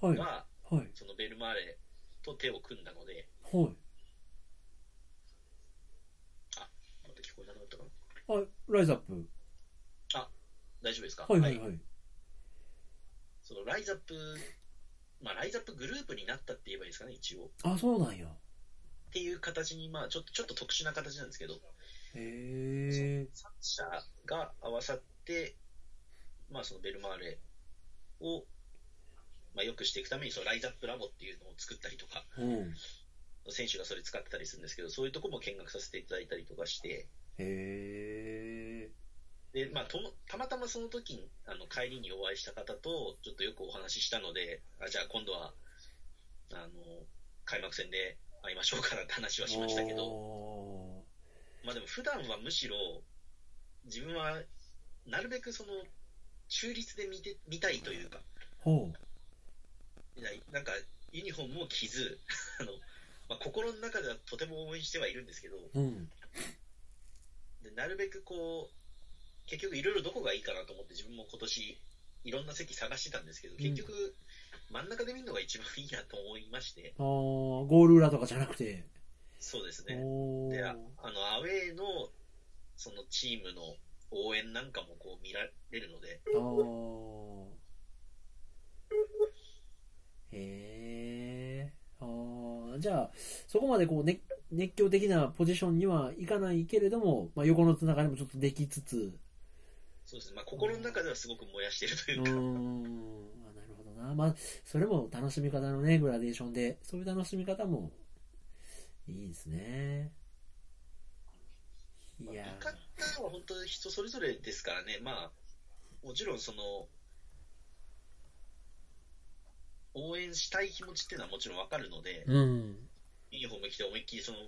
プ
いはい
が、
はい
そのベルマーレと手を組んだので、また聞こえなくなったかな。
はいライズアップ
大丈夫ですか
はいはいはい
そのライザップ、まあ、ライザップグループになったって言えばいいですかね、一応。
あそうなんや
っていう形に、まあ、ちょっと、ちょっと特殊な形なんですけど、
へえ
3社が合わさって、まあ、そのベルマーレを、まあ、良くしていくためにそのライザップラボっていうのを作ったりとか
うん
選手がそれ使ってたりするんですけどそういうとこも見学させていただいたりとかして
へえ
で、まあ、ともたまたまその時にあの帰りにお会いした方とちょっとよくお話ししたのであじゃあ今度はあの開幕戦で会いましょうからって話はしましたけど、
ど
まあ、でも普段はむしろ自分はなるべくその中立で見て見たいというか
ほう
いやなんか、ユニフォームも着ず、 あのまあ、心の中ではとても応援してはいるんですけど、
うん。
でなるべくこう、結局いろいろどこがいいかなと思って、自分も今年、いろんな席探してたんですけど、
ん
結局、真ん中で見るのが一番いいなと思いまして、
ああ、ゴール裏とかじゃなくて。
そうですね。
お
で、あ
ー
あの、アウェーの、そのチームの応援なんかもこう見られるので、
あー。へえ。あーじゃあ、そこまでこう、ね、熱狂的なポジションにはいかないけれども、まあ、横のつながりもちょっとできつつ。
そうですね。まあ、心の中ではすごく燃やしてるというう
ー
か、
ん。あなるほどな。まあ、それも楽しみ方のね、グラデーションで、そういう楽しみ方も、いいですね。いや
見方は本当に人それぞれですからね、まあ、もちろんその、応援したい気持ちっていうのはもちろんわかるので、
ー。うん。
ユニフォーム着て思いっきりその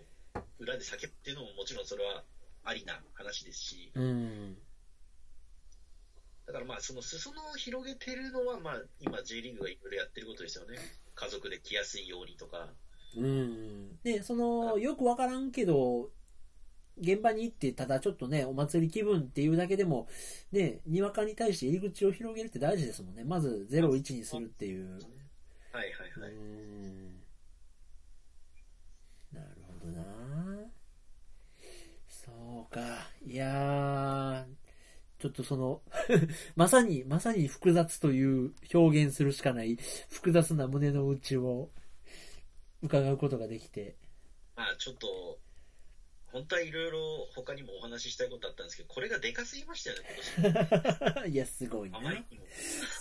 裏で叫ぶっていうのももちろんそれはありな話ですし、
うん。
だからまあ、その裾野を広げてるのは、まあ、今 J リーグがいろいろやってることですよね。家族で来やすいようにとか、
うん、でそのよく分からんけど現場に行ってただちょっとねお祭り気分っていうだけでもねにわかに対して入り口を広げるって大事ですもんねまず01にするっていう
はいは
う
いはい。
んなるほどなそうかいやーちょっとその まさにまさに複雑という表現するしかない複雑な胸の内を伺うことができて
まあ、ちょっと、本当はいろいろ他にもお話ししたいことあったんですけど、これがでかすぎましたよね、今年。
いや、すごいな
あ。まりにも。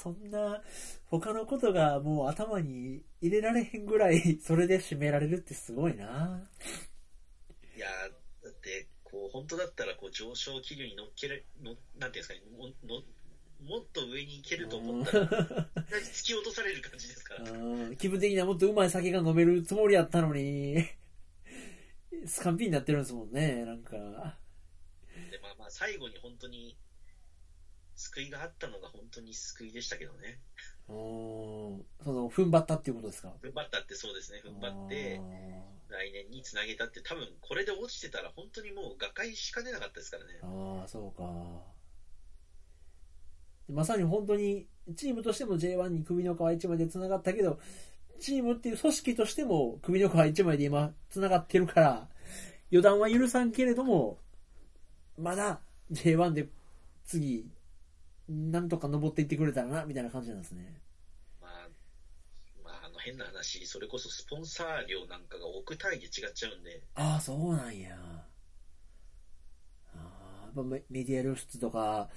そんな、他のことがもう頭に入れられへんぐらい、それで締められるってすごいな。
いやーだって、こう、本当だったら、こう、上昇 気流に乗っけれ、のなんていうんですかね、も、のもっと上に行けると思ったら、なに突き落とされる感じですから。
うん気分的にはもっとうまい酒が飲めるつもりやったのに、スカンピになってるんですもんね、なんか。
で、まあまあ、最後に本当に、救いがあったのが本当に救いでしたけどね。
うんその、踏ん張ったっていうことですか
踏ん張ったってそうですね、踏ん張って、来年につなげたって、多分これで落ちてたら本当にもう瓦解しかねなかったですからね
あ。ーあー、そうか。でまさに本当に、チームとしても J1 に首の皮一枚で繋がったけど、チームっていう組織としても首の皮一枚で今繋がってるから、予断は許さんけれども、まだ J1 で次、なんとか登っていってくれたらな、みたいな感じなんですね。
まあ、まあ、あの変な話、それこそスポンサー料なんかが億単位で違っちゃうんで、
ああ、そうなんや。あーやっぱメメディア露出とか、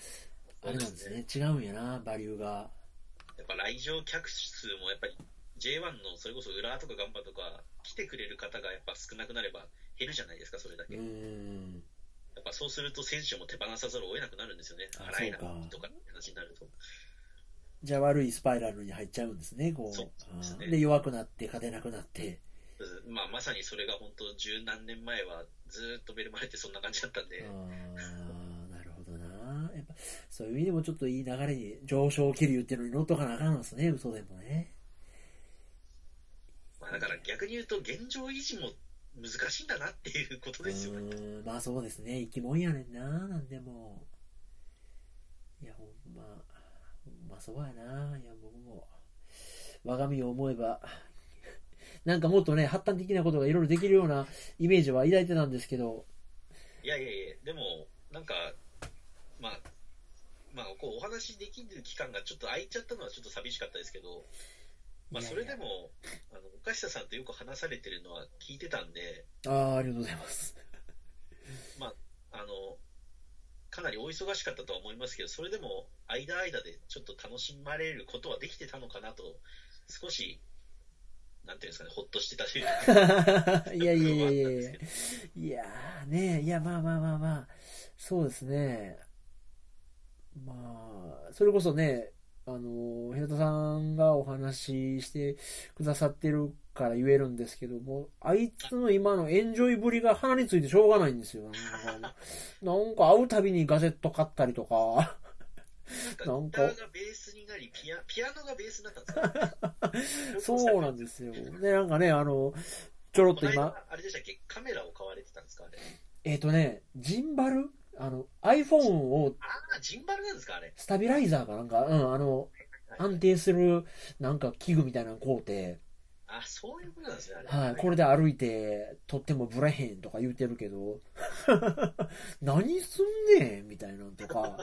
あれなんですね。違うんやな、バリューが。
やっぱ来場客数もやっぱり J1 のそれこそ浦和とかガンバとか来てくれる方がやっぱ少なくなれば減るじゃないですか、それだ
う
け。
ー
や
ん。
っぱそうすると選手も手放さざるを得なくなるんですよね。
あ
払えな
そうか
とかって話になると。
じゃあ悪いスパイラルに入っちゃうんですね、こう。
そうですね
あーで、弱くなって、勝てなくなって。
まあ、まさにそれが本当十何年前はずーっとベルマーレってそんな感じだったんで、
ああ、なるほどな。やっぱ、そういう意味でもちょっといい流れに、上昇気流っていうのに乗っとかなあかんんですね、嘘でもね。
まあ、だから逆に言うと現状維持も難しいんだなっていうことですよね。
うーんまあそうですね生き物やねんななんでもいやほんまほんまそうやないや僕も我が身を思えば なんかもっとね発端的なことがいろいろできるようなイメージは抱いてたんですけど
いやいやいや、でも、なんか、まあ、まあ、こう、お話しできる期間がちょっと空いちゃったのはちょっと寂しかったですけど、まあ、
いやいや
それでも、あの、岡下さんとよく話されてるのは聞いてたんで、
ああありがとうございます
あの、かなりお忙しかったとは思いますけど、それでも、間間でちょっと楽しまれることはできてたのかなと、少し、なんていうんですかね、ほっとしてたというか
いやいやいやいや
部分はあった
い
んです
や
けど
いやーねいやまあまあまあまあそうですねまあそれこそねあの平田さんがお話ししてくださってるから言えるんですけどもあいつの今のエンジョイぶりが鼻についてしょうがないんですよなんかなんか会うたびにガジェット買ったりとか
なんか、ギターがベースになり、ピアピアノがベースになったんですか
そうなんですよねなんかねあのちょろっ
ことの
今
間あれでしたっけカメラを買われてたんですかあれ
えっ、とねジンバルあの iPhone を
ああジンバルなんですかあれ
スタビライザーかなんか、うん、あの、安定する、なんか器具みたいなの買うて、
あそういうことなんですねあれ
はい、これで歩いて、撮ってもブレへんとか言うてるけど、 何すんねんみたいなのとか、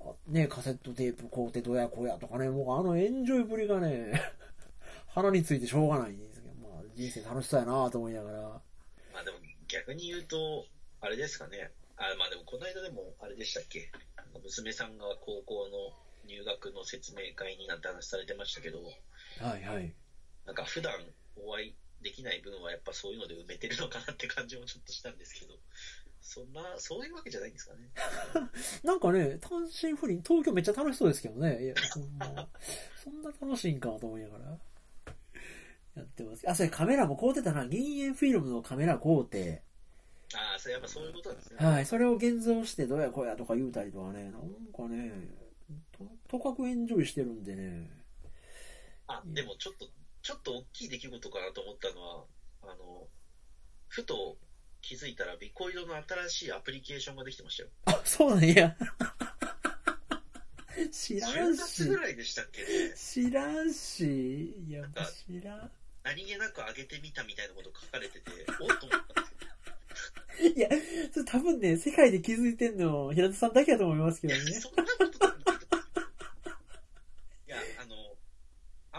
あね、カセットテープ買うてどうやこうやとかね、もうあのエンジョイぶりがね、 鼻についてしょうがないんですけど、まあ人生楽しそうやなと思いながら、
まあでも逆に言うとあれですかねあまあでもこの間でもあれでしたっけ娘さんが高校の入学の説明会になんて話されてましたけど
はいはい。
なんか普段お会いできない分はやっぱそういうので埋めてるのかなって感じもちょっとしたんですけどそんなそういうわけじゃないんですかね
なんかね、単身赴任、東京めっちゃ楽しそうですけどね。いや、そんな、そんな楽しいんかと思いながら。やってます。あ、それカメラも買うてたな。銀塩フィルムのカメラ買うて。
ああそれやっぱそういうことなんですね
はい。それを現像してどうやこうやとか言うたりとかね。なんかね、と、とかくエンジョイしてるんでね。
あ、でもちょっと、ちょっと大きい出来事かなと思ったのは、あの、ふと気づいたら、ビコイドの新しいアプリケーションができてましたよ。
あ、そうなんや。 知らん
10月
し
ぐ。らいでしたっけね。
知らんし。いや、知らん。
何気なく上げてみたみたいなこと書かれてて、おっと思ったんですよ。
いや、それ多分ね、世界で気づいてんの、平田さんだけだと思いますけ
い
ど
や、
ね。
そんなことだったんですよいや、あの、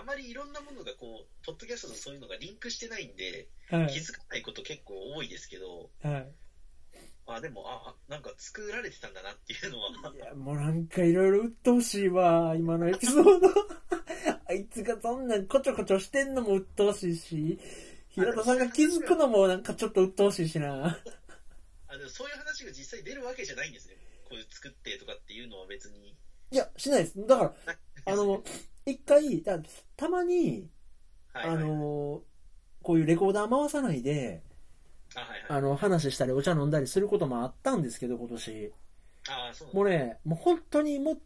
あまりいろんなものがこう、ポッドキャストとそういうのがリンクしてないんで、
はい
気づかないこと結構多いですけど、
はい。
あ、でも、あ、あなんか作られてたんだなっていうのは、
いや、もうなんかいろいろ鬱陶しいわ、今のエピソード。 あいつがそんなんこちょこちょしてんのも鬱陶しいし、平田さんが気づくのもなんかちょっと鬱陶しいしな。
あでもそういう話が実際出るわけじゃないんですね。こういう作ってとかっていうのは別に。
いや、しないです。だから、あの、一回、だたまに、
はい、
あ
はい。
の、こういうレコーダー回さないで、
あ、はいはい。
あの、話したりお茶飲んだりすることもあったんですけど、今年。
ああ、そうなん
も
だ
うね、もう本当にもう、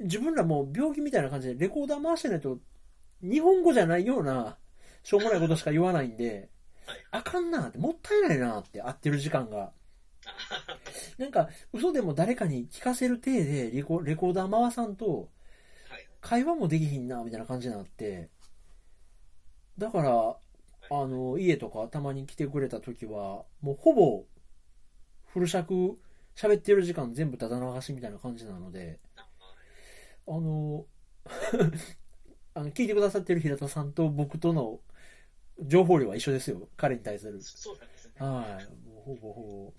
自分らもう病気みたいな感じでレコーダー回してないと、日本語じゃないような、しょうもないことしか言わないんで
はい、
あかんなって、もったいないなって、合ってる時間が。なんか、嘘でも誰かに聞かせる体でレコ、レコーダー回さんと、
はい。
会話もできひんな、みたいな感じになって。だから、あの、家とかたまに来てくれた時は、もうほぼ、フル尺、喋ってる時間全部ただ流しみたいな感じなので、
あ
あの、 あの、聞いてくださってる平田さんと僕との情報量は一緒ですよ。彼に対する。
そうなんですね。
はい。もうほぼほぼ。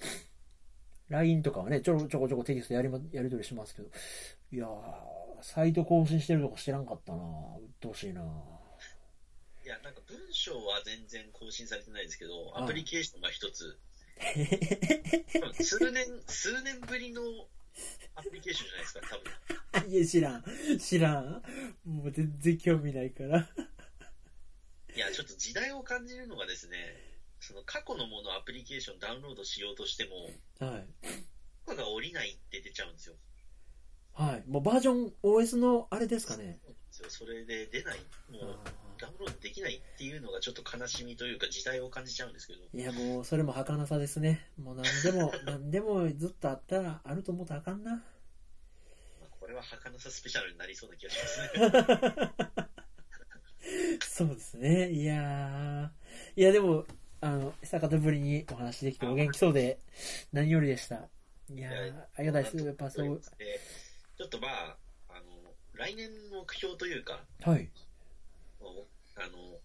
LINE とかはね、ちょろちょこちょこテキストやり,、ま、やり取りしますけど、いやー、サイト更新してるとか知らんかったなうっとうしいない
や、なんか文章は全然更新されてないですけど、アプリケーションが一つ、数年、数年ぶりのアプリケーションじゃないですか、多分。
いや、知らん。知らん。もう全然興味ないから。
いや、ちょっと時代を感じるのがですね、その過去のものをアプリケーションダウンロードしようとしても、
はい。
許可が下りないって出ちゃうんですよ。
はい。もうバージョン OS のあれですかね。
そうそれで出ない、もう
あ
ダウンロードできないっていうのがちょっと悲しみというか時代を感じちゃうんですけど、
ーいや、もうそれも儚さですね。もう何でも、何でもずっとあったら、あると思ったらあかんな。
まあ、これは儚さスペシャルになりそうな気がしますね。
そうですね。いやーいや、でも、あの、久方ぶりにお話できてお元気そうで、何よりでした。いやーありがたいです。やっぱそう。
でちょっとまあ、あの、来年の目標というか、
はい。
おあの、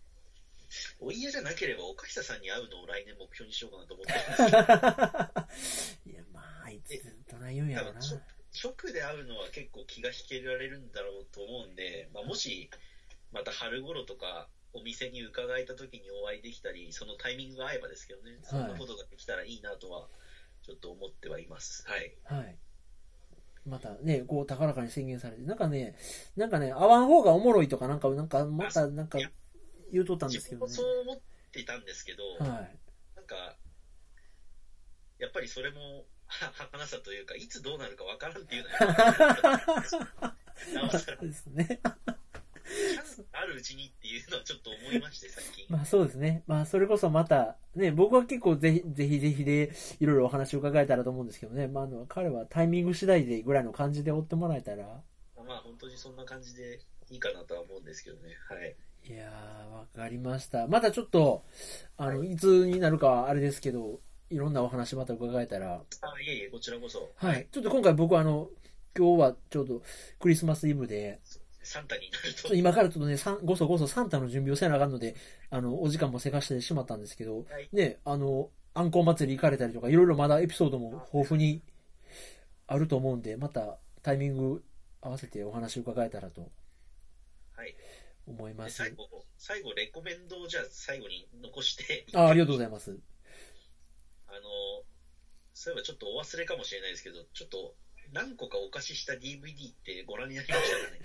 お家じゃなければ、岡久さんに会うのを来年目標にしようかなと思ってるんです
いや、まあ、あいつ、どない言うん
け
や
ど、多
ろうな
分。直 直で会うのは結構気が引けられるんだろうと思うんで、まあ、もし、また春頃とか、お店に伺えた時にお会いできたり、そのタイミングが合えばですけどね、そんなことができたらいいなとは、ちょっと思ってはいます。はい。
はい。またね、こう、高らかに宣言されて、なんかね、なんかね、会わん方がおもろいとか、なんか、なんか、また、なんか、言うとったんで
自
すけ
分
ど
も
ね
そ。う思ってたんですけど、
はい。
なんか、やっぱりそれも、は儚さというか、いつどうなるかわからんっていうの は、なおさら
そうですね。
チャンスあるうちにっていうのはちょっと思いまして、最近。
まあそうですね。まあそれこそまた、ね、僕は結構ぜひぜひぜひでいろいろお話を伺えたらと思うんですけどね。まああの、彼はタイミング次第でぐらいの感じで追ってもらえたら。
まあ本当にそんな感じでいいかなとは思うんですけどね。はい。
いやー、わかりました。またちょっと、あの、いつになるかはあれですけど、いろんなお話また伺えたら。
あ、いえいえ、こちらこそ、
はい。ちょっと今回僕はあの、今日はちょうどクリスマスイブで、
サンタになる
ちょっ
と
と。今からちょっとね、さんごそごそサンタの準備をせなあかんので、あの、お時間もせかしてしまったんですけど、
はい
ね、あの、アンコウ祭り行かれたりとか、いろいろまだエピソードも豊富にあると思うんで、またタイミング合わせてお話を伺えたらと
はい。
思いま
です最。後、最後、レコメンドをじゃあ最後に残して、
あありがとうご
い
ざいます。
あの、そういえばちょっとお忘れかもしれないですけど、ちょっと何個かお貸しした DVD ってご覧になりましたかね。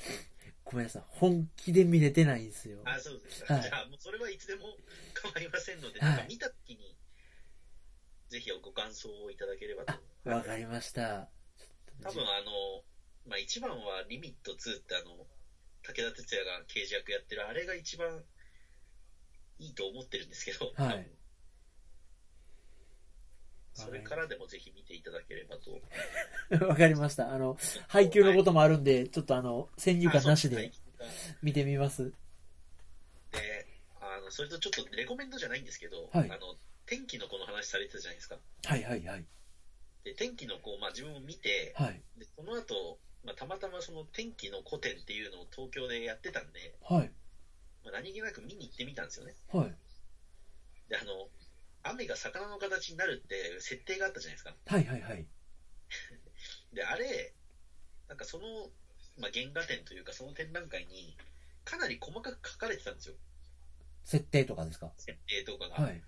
ごめんなさい。本気で見れてないんですよ。
あ、そうです
は
か。
い
じゃあ、もうそれはいつでも構いませんので、
はい
なんか見たときに、ぜひご感想をいただければと。
わかりました。
多分あの、まあ、一番はリミット2ってあの、武田鉄矢が刑事役やってる、あれが一番いいと思ってるんですけど、
は
多
い
分それからでもぜひ見ていただければと。
わかりました。あの、配給のこともあるんで、ちょっとあの、先入観なし
は
で
い
見てみます。
で、あの、それとちょっとレコメンドじゃないんですけど、
はい
あの、天気の子の話されてたじゃないですか。
はいはいはい。
で、天気の子を、まあ、自分も見て、
はい。
でその後、まあたまたまその天気の古典っていうのを東京でやってたんで、
はい。
まあ、何気なく見に行ってみたんですよね。
はい。
で、あの、雨が魚の形になるって設定があったじゃないですか。
はいはいはい。
で、あれ、なんかその、まあ、原画展というかその展覧会に、かなり細かく書かれてたんですよ。
設定とかですか
設定とかが。
はい。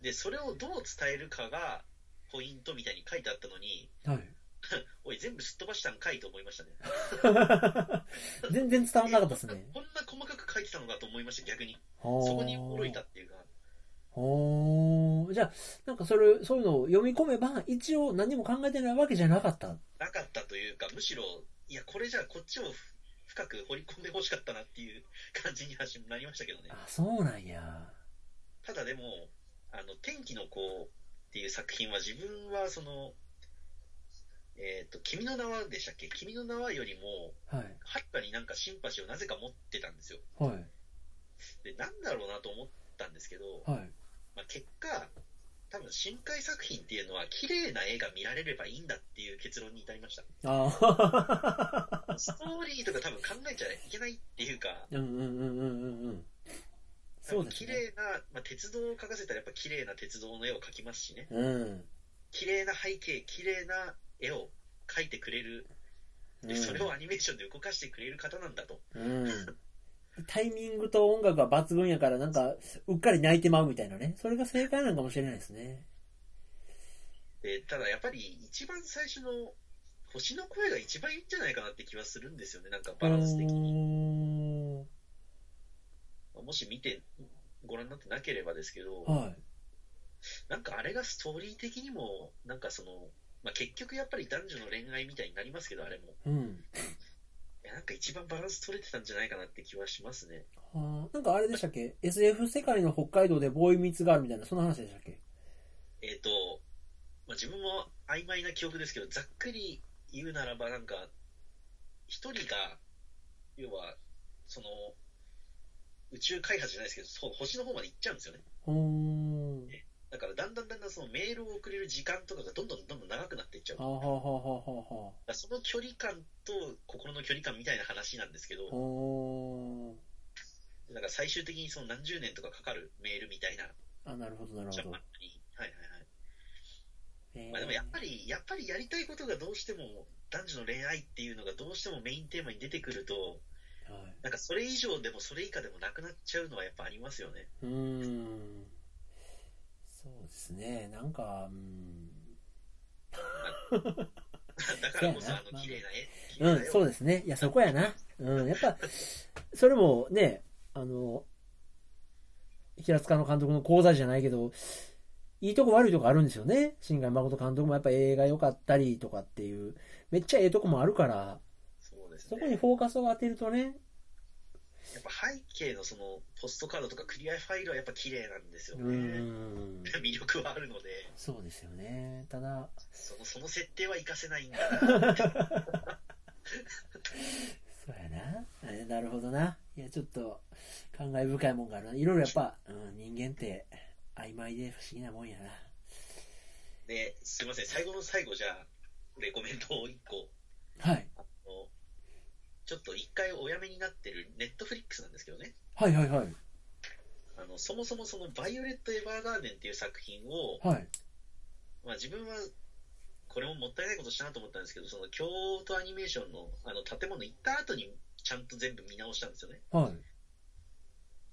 で、それをどう伝えるかが、ポイントみたいに書いてあったのに、
はい。
おい、全部すっ飛ばしたんかいと思いましたね。
全然伝わんなかったですね。
こんな細かく書いてたのかと思いました、逆に。そ
そ
こに驚いたっていうか。
おじゃあ、なんかそれ、そういうのを読み込めば、一応何も考えてないわけじゃなかった。
なかったというか、むしろ、いや、これじゃあこっちをふ深く掘り込んでほしかったなっていう感じにはしなりましたけどね。
あ、そうなんや。
ただでも、あの、天気の子っていう作品は自分はその、えっ、と、君の名はでしたっけ君の名はよりも、
はい。
はるかになんかシンパシーをなぜか持ってたんですよ。
はい。
で、なんだろうなと思ったんですけど、
はい。
まあ、結果、多分深海作品っていうのは綺麗な絵が見られればいいんだっていう結論に至りました。
あ あ。
ストーリーとか多分考えちゃいけないっていうか、
うんうんうんうんうんうん。そうです
綺
ね。
麗な、まあ、鉄道を描かせたらやっぱ綺麗な鉄道の絵を描きますしね、
うん。
綺麗な背景、綺麗な絵を描いてくれる、
う
で
ん
それをアニメーションで動かしてくれる方なんだと。
うん。タイミングと音楽が抜群やから、なんか、うっかり泣いてまうみたいなね。それが正解なのかもしれないですね。
でただやっぱり一番最初の星の声が一番いいんじゃないかなって気はするんですよね、なんかバランス的に。
に。
もし見て、ご覧になってなければですけど、
はい。
なんかあれがストーリー的にも、なんかその、まあ、結局やっぱり男女の恋愛みたいになりますけど、あれも。
うん。
いやなんか一番バランス取れてたんじゃないかなって気はしますね。
はあなんかあれでしたっけ ?SF 世界の北海道でボーイミーツがあるみたいな、その話でしたっけ
えっ、と、まあ、自分も曖昧な記憶ですけど、ざっくり言うならば、なんか、一人が、要は、その、宇宙開発じゃないですけど、そう星の方まで行っちゃうんですよね。
ほーん。
だから、だんだんだんだんそのメールを送れる時間とかがどんどんどんどん長くなっていっちゃう。
は
だか
あはあはあはあは
らその距離感と心の距離感みたいな話なんですけ
あ。
ど、
ほ
だから最終的にその何十年とかかかるメールみたいな、
ーん。あ、なるほどなる
ジャ
ほ
ンマ
ど
ン。に。はいはいはい。
え
まあ、でもやっぱり、やっぱりやりたいことがどうしても、男女の恋愛っていうのがどうしてもメインテーマに出てくると、
ーはい。
なんかそれ以上でもそれ以下でもなくなっちゃうのはやっぱありますよね。
うーん。そうですね。なんか、うん。
だからこそ、あ
そうやな
の、綺麗な絵。綺
う、
麗なん絵を
そうですね。いや、そこやな。うん、やっぱ、それもね、あの、平塚の監督の講座じゃないけど、いいとこ悪いとこあるんですよね。新海誠監督もやっぱ映画良かったりとかっていう、めっちゃええとこもあるから、
そうです
そこ
ね。
に
や
フォーカスを当てるとね、
っぱ背景のその、ポストカードとかクリアファイルはやっぱ綺麗なんですよ
う
ね。
ん。
魅力はあるので、
そうですよね。ただ、
その、その設定は活かせないんだな。
そうやな。えなるほどな。いや、ちょっと、感慨深いもんがあるな。いろいろやっぱ、うん、人間って曖昧で不思議なもんやな。
で、すいません、最後の最後じゃあ、レコメントを1個。
はい。
あのちょっと一回おやめになってるネットフリックスなんですけどね。
はいはいはい。
あのそもそもその「バイオレット・エヴァーガーデン」っていう作品を、
はい。
まあ、自分はこれももったいないことしたなと思ったんですけどその京都アニメーションのあの建物行った後にちゃんと全部見直したんですよね
はい。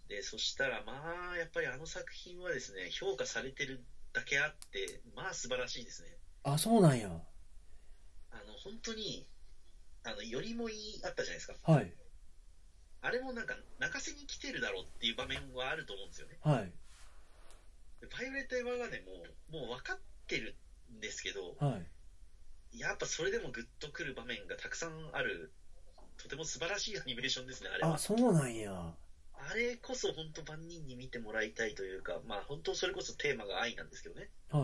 でそしたらまあやっぱりあの作品はですね評価されてるだけあってまあ素晴らしいですね
あ、そうなんや。
あの本当にあのよりもいいあったじゃないですか
はい。
あれもなんか泣かせに来てるだろうっていう場面はあると思うんですよね
はい。
でパイオレット・エヴァーガーデンももう分かってるんですけど
はい。
やっぱそれでもグッとくる場面がたくさんある、とても素晴らしいアニメーションですね、あれ
あ、
は。
そうなんや。
あれこそ本当万人に見てもらいたいというか、まあ本当それこそテーマが愛なんですけどね。
はい。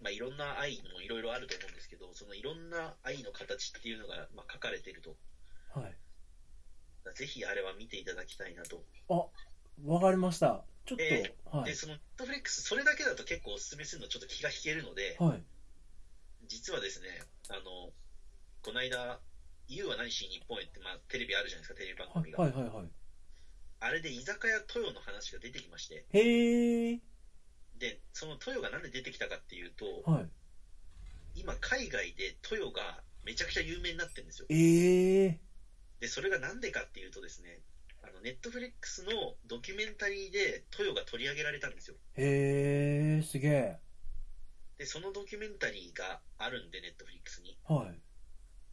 まあいろんな愛もいろいろあると思うんですけど、そのいろんな愛の形っていうのがまあ書かれてると。
はい。
ぜひあれは見ていただきたいなと。
わかりました。ちょっと、
え
はい
で、。その Netflix、それだけだと結構おすすめするのちょっと気が引けるので、
はい。
実はですね、あの、この間、You は何しに日本へって、まあテレビあるじゃないですか、テレビ番
は
組
い。
が。
はい。はい。はい
あれで居酒屋豊の話が出てきまして、
へえ。
で、その豊がなんで出てきたかっていうと、
はい。
今海外で豊がめちゃくちゃ有名になってるんですよ。
ええ。
で、それがなんでかっていうとですね、あの、ネットフリックスのドキュメンタリーで豊が取り上げられたんですよ。
へえ、すげえ。
で、そのドキュメンタリーがあるんで、ネットフリックスに。
はい。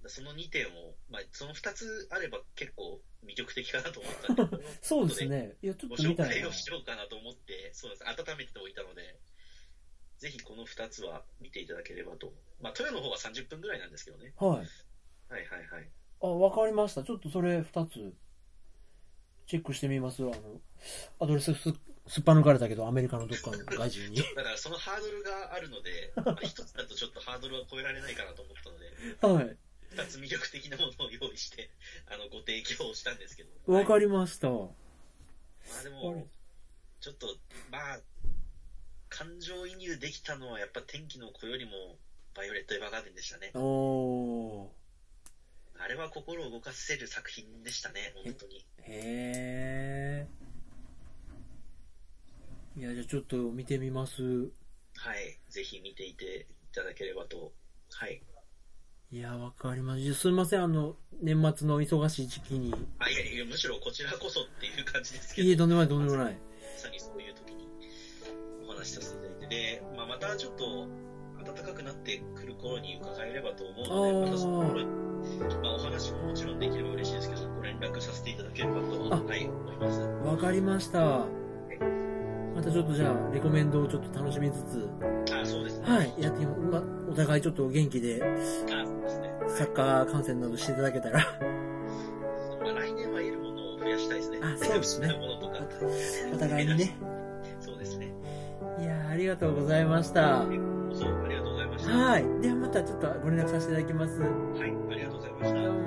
その2点を、まあ、その2つあれば結構魅力的かなと思ったんで、この
そうですね。いや、ちょっ
ご
と見
紹
たい
介
な
を。しようかなと思って、そうなんです。温めておいたので、ぜひこの2つは見ていただければと。まあ、トヨの方は30分ぐらいなんですけどね。
は
は
い。
いはいはい。
あ、わかりました。ちょっとそれ2つ、チェックしてみます。あの、アドレスすすっぱ抜かれたけど、アメリカのどっかの外 人に。
だからそのハードルがあるの で、まあ、1つだとちょっとハードルは超えられないかなと思ったので、
はい。
2つ魅力的なものを用意して、あの、ご提供をしたんですけど。
わか
はい
りました。
まあで
あれ
も、ちょっと、まあ、感情移入できたのはやっぱ天気の子よりも、バイオレット・エヴァーガーデンでしたね。
おー。
あれは心を動かせる作品でしたね、本当に。
へー。いや、じゃあちょっと見てみます。
はい。ぜひ見ていていただければと。はい。
いや、わかりました。すいません、あの、年末の忙しい時期に。
あ、いやいや、むしろこちらこそっていう感じですけど。
いいえ、とんでもない、とんでもない。
まさにそういう時にお話しさせていただいて、で、まあ、またちょっと暖かくなってくる頃に伺えればと思うので、
あー
またその頃まあ、お話ももちろんできれば嬉しいですけど、ご連絡させていただければ
あ
と、はい、思います。は
わかりました。またちょっとじゃあ、レコメンドをちょっと楽しみつつ、
あ、そうですね。
はい、やってみます。まあ、お互いちょっと元気で、
あ、そうですね。
サッカー観戦などしていただけたら。
まあ、来年は得るものを増やしたいですね。
あそうです ね
得るものとか。
お互いにね。
そうですね。
いやーありがとうございました。
そう、ありがとうございました。
はい。ではまたちょっとご連絡させていただきます。
はい、ありがとうございました。
どうも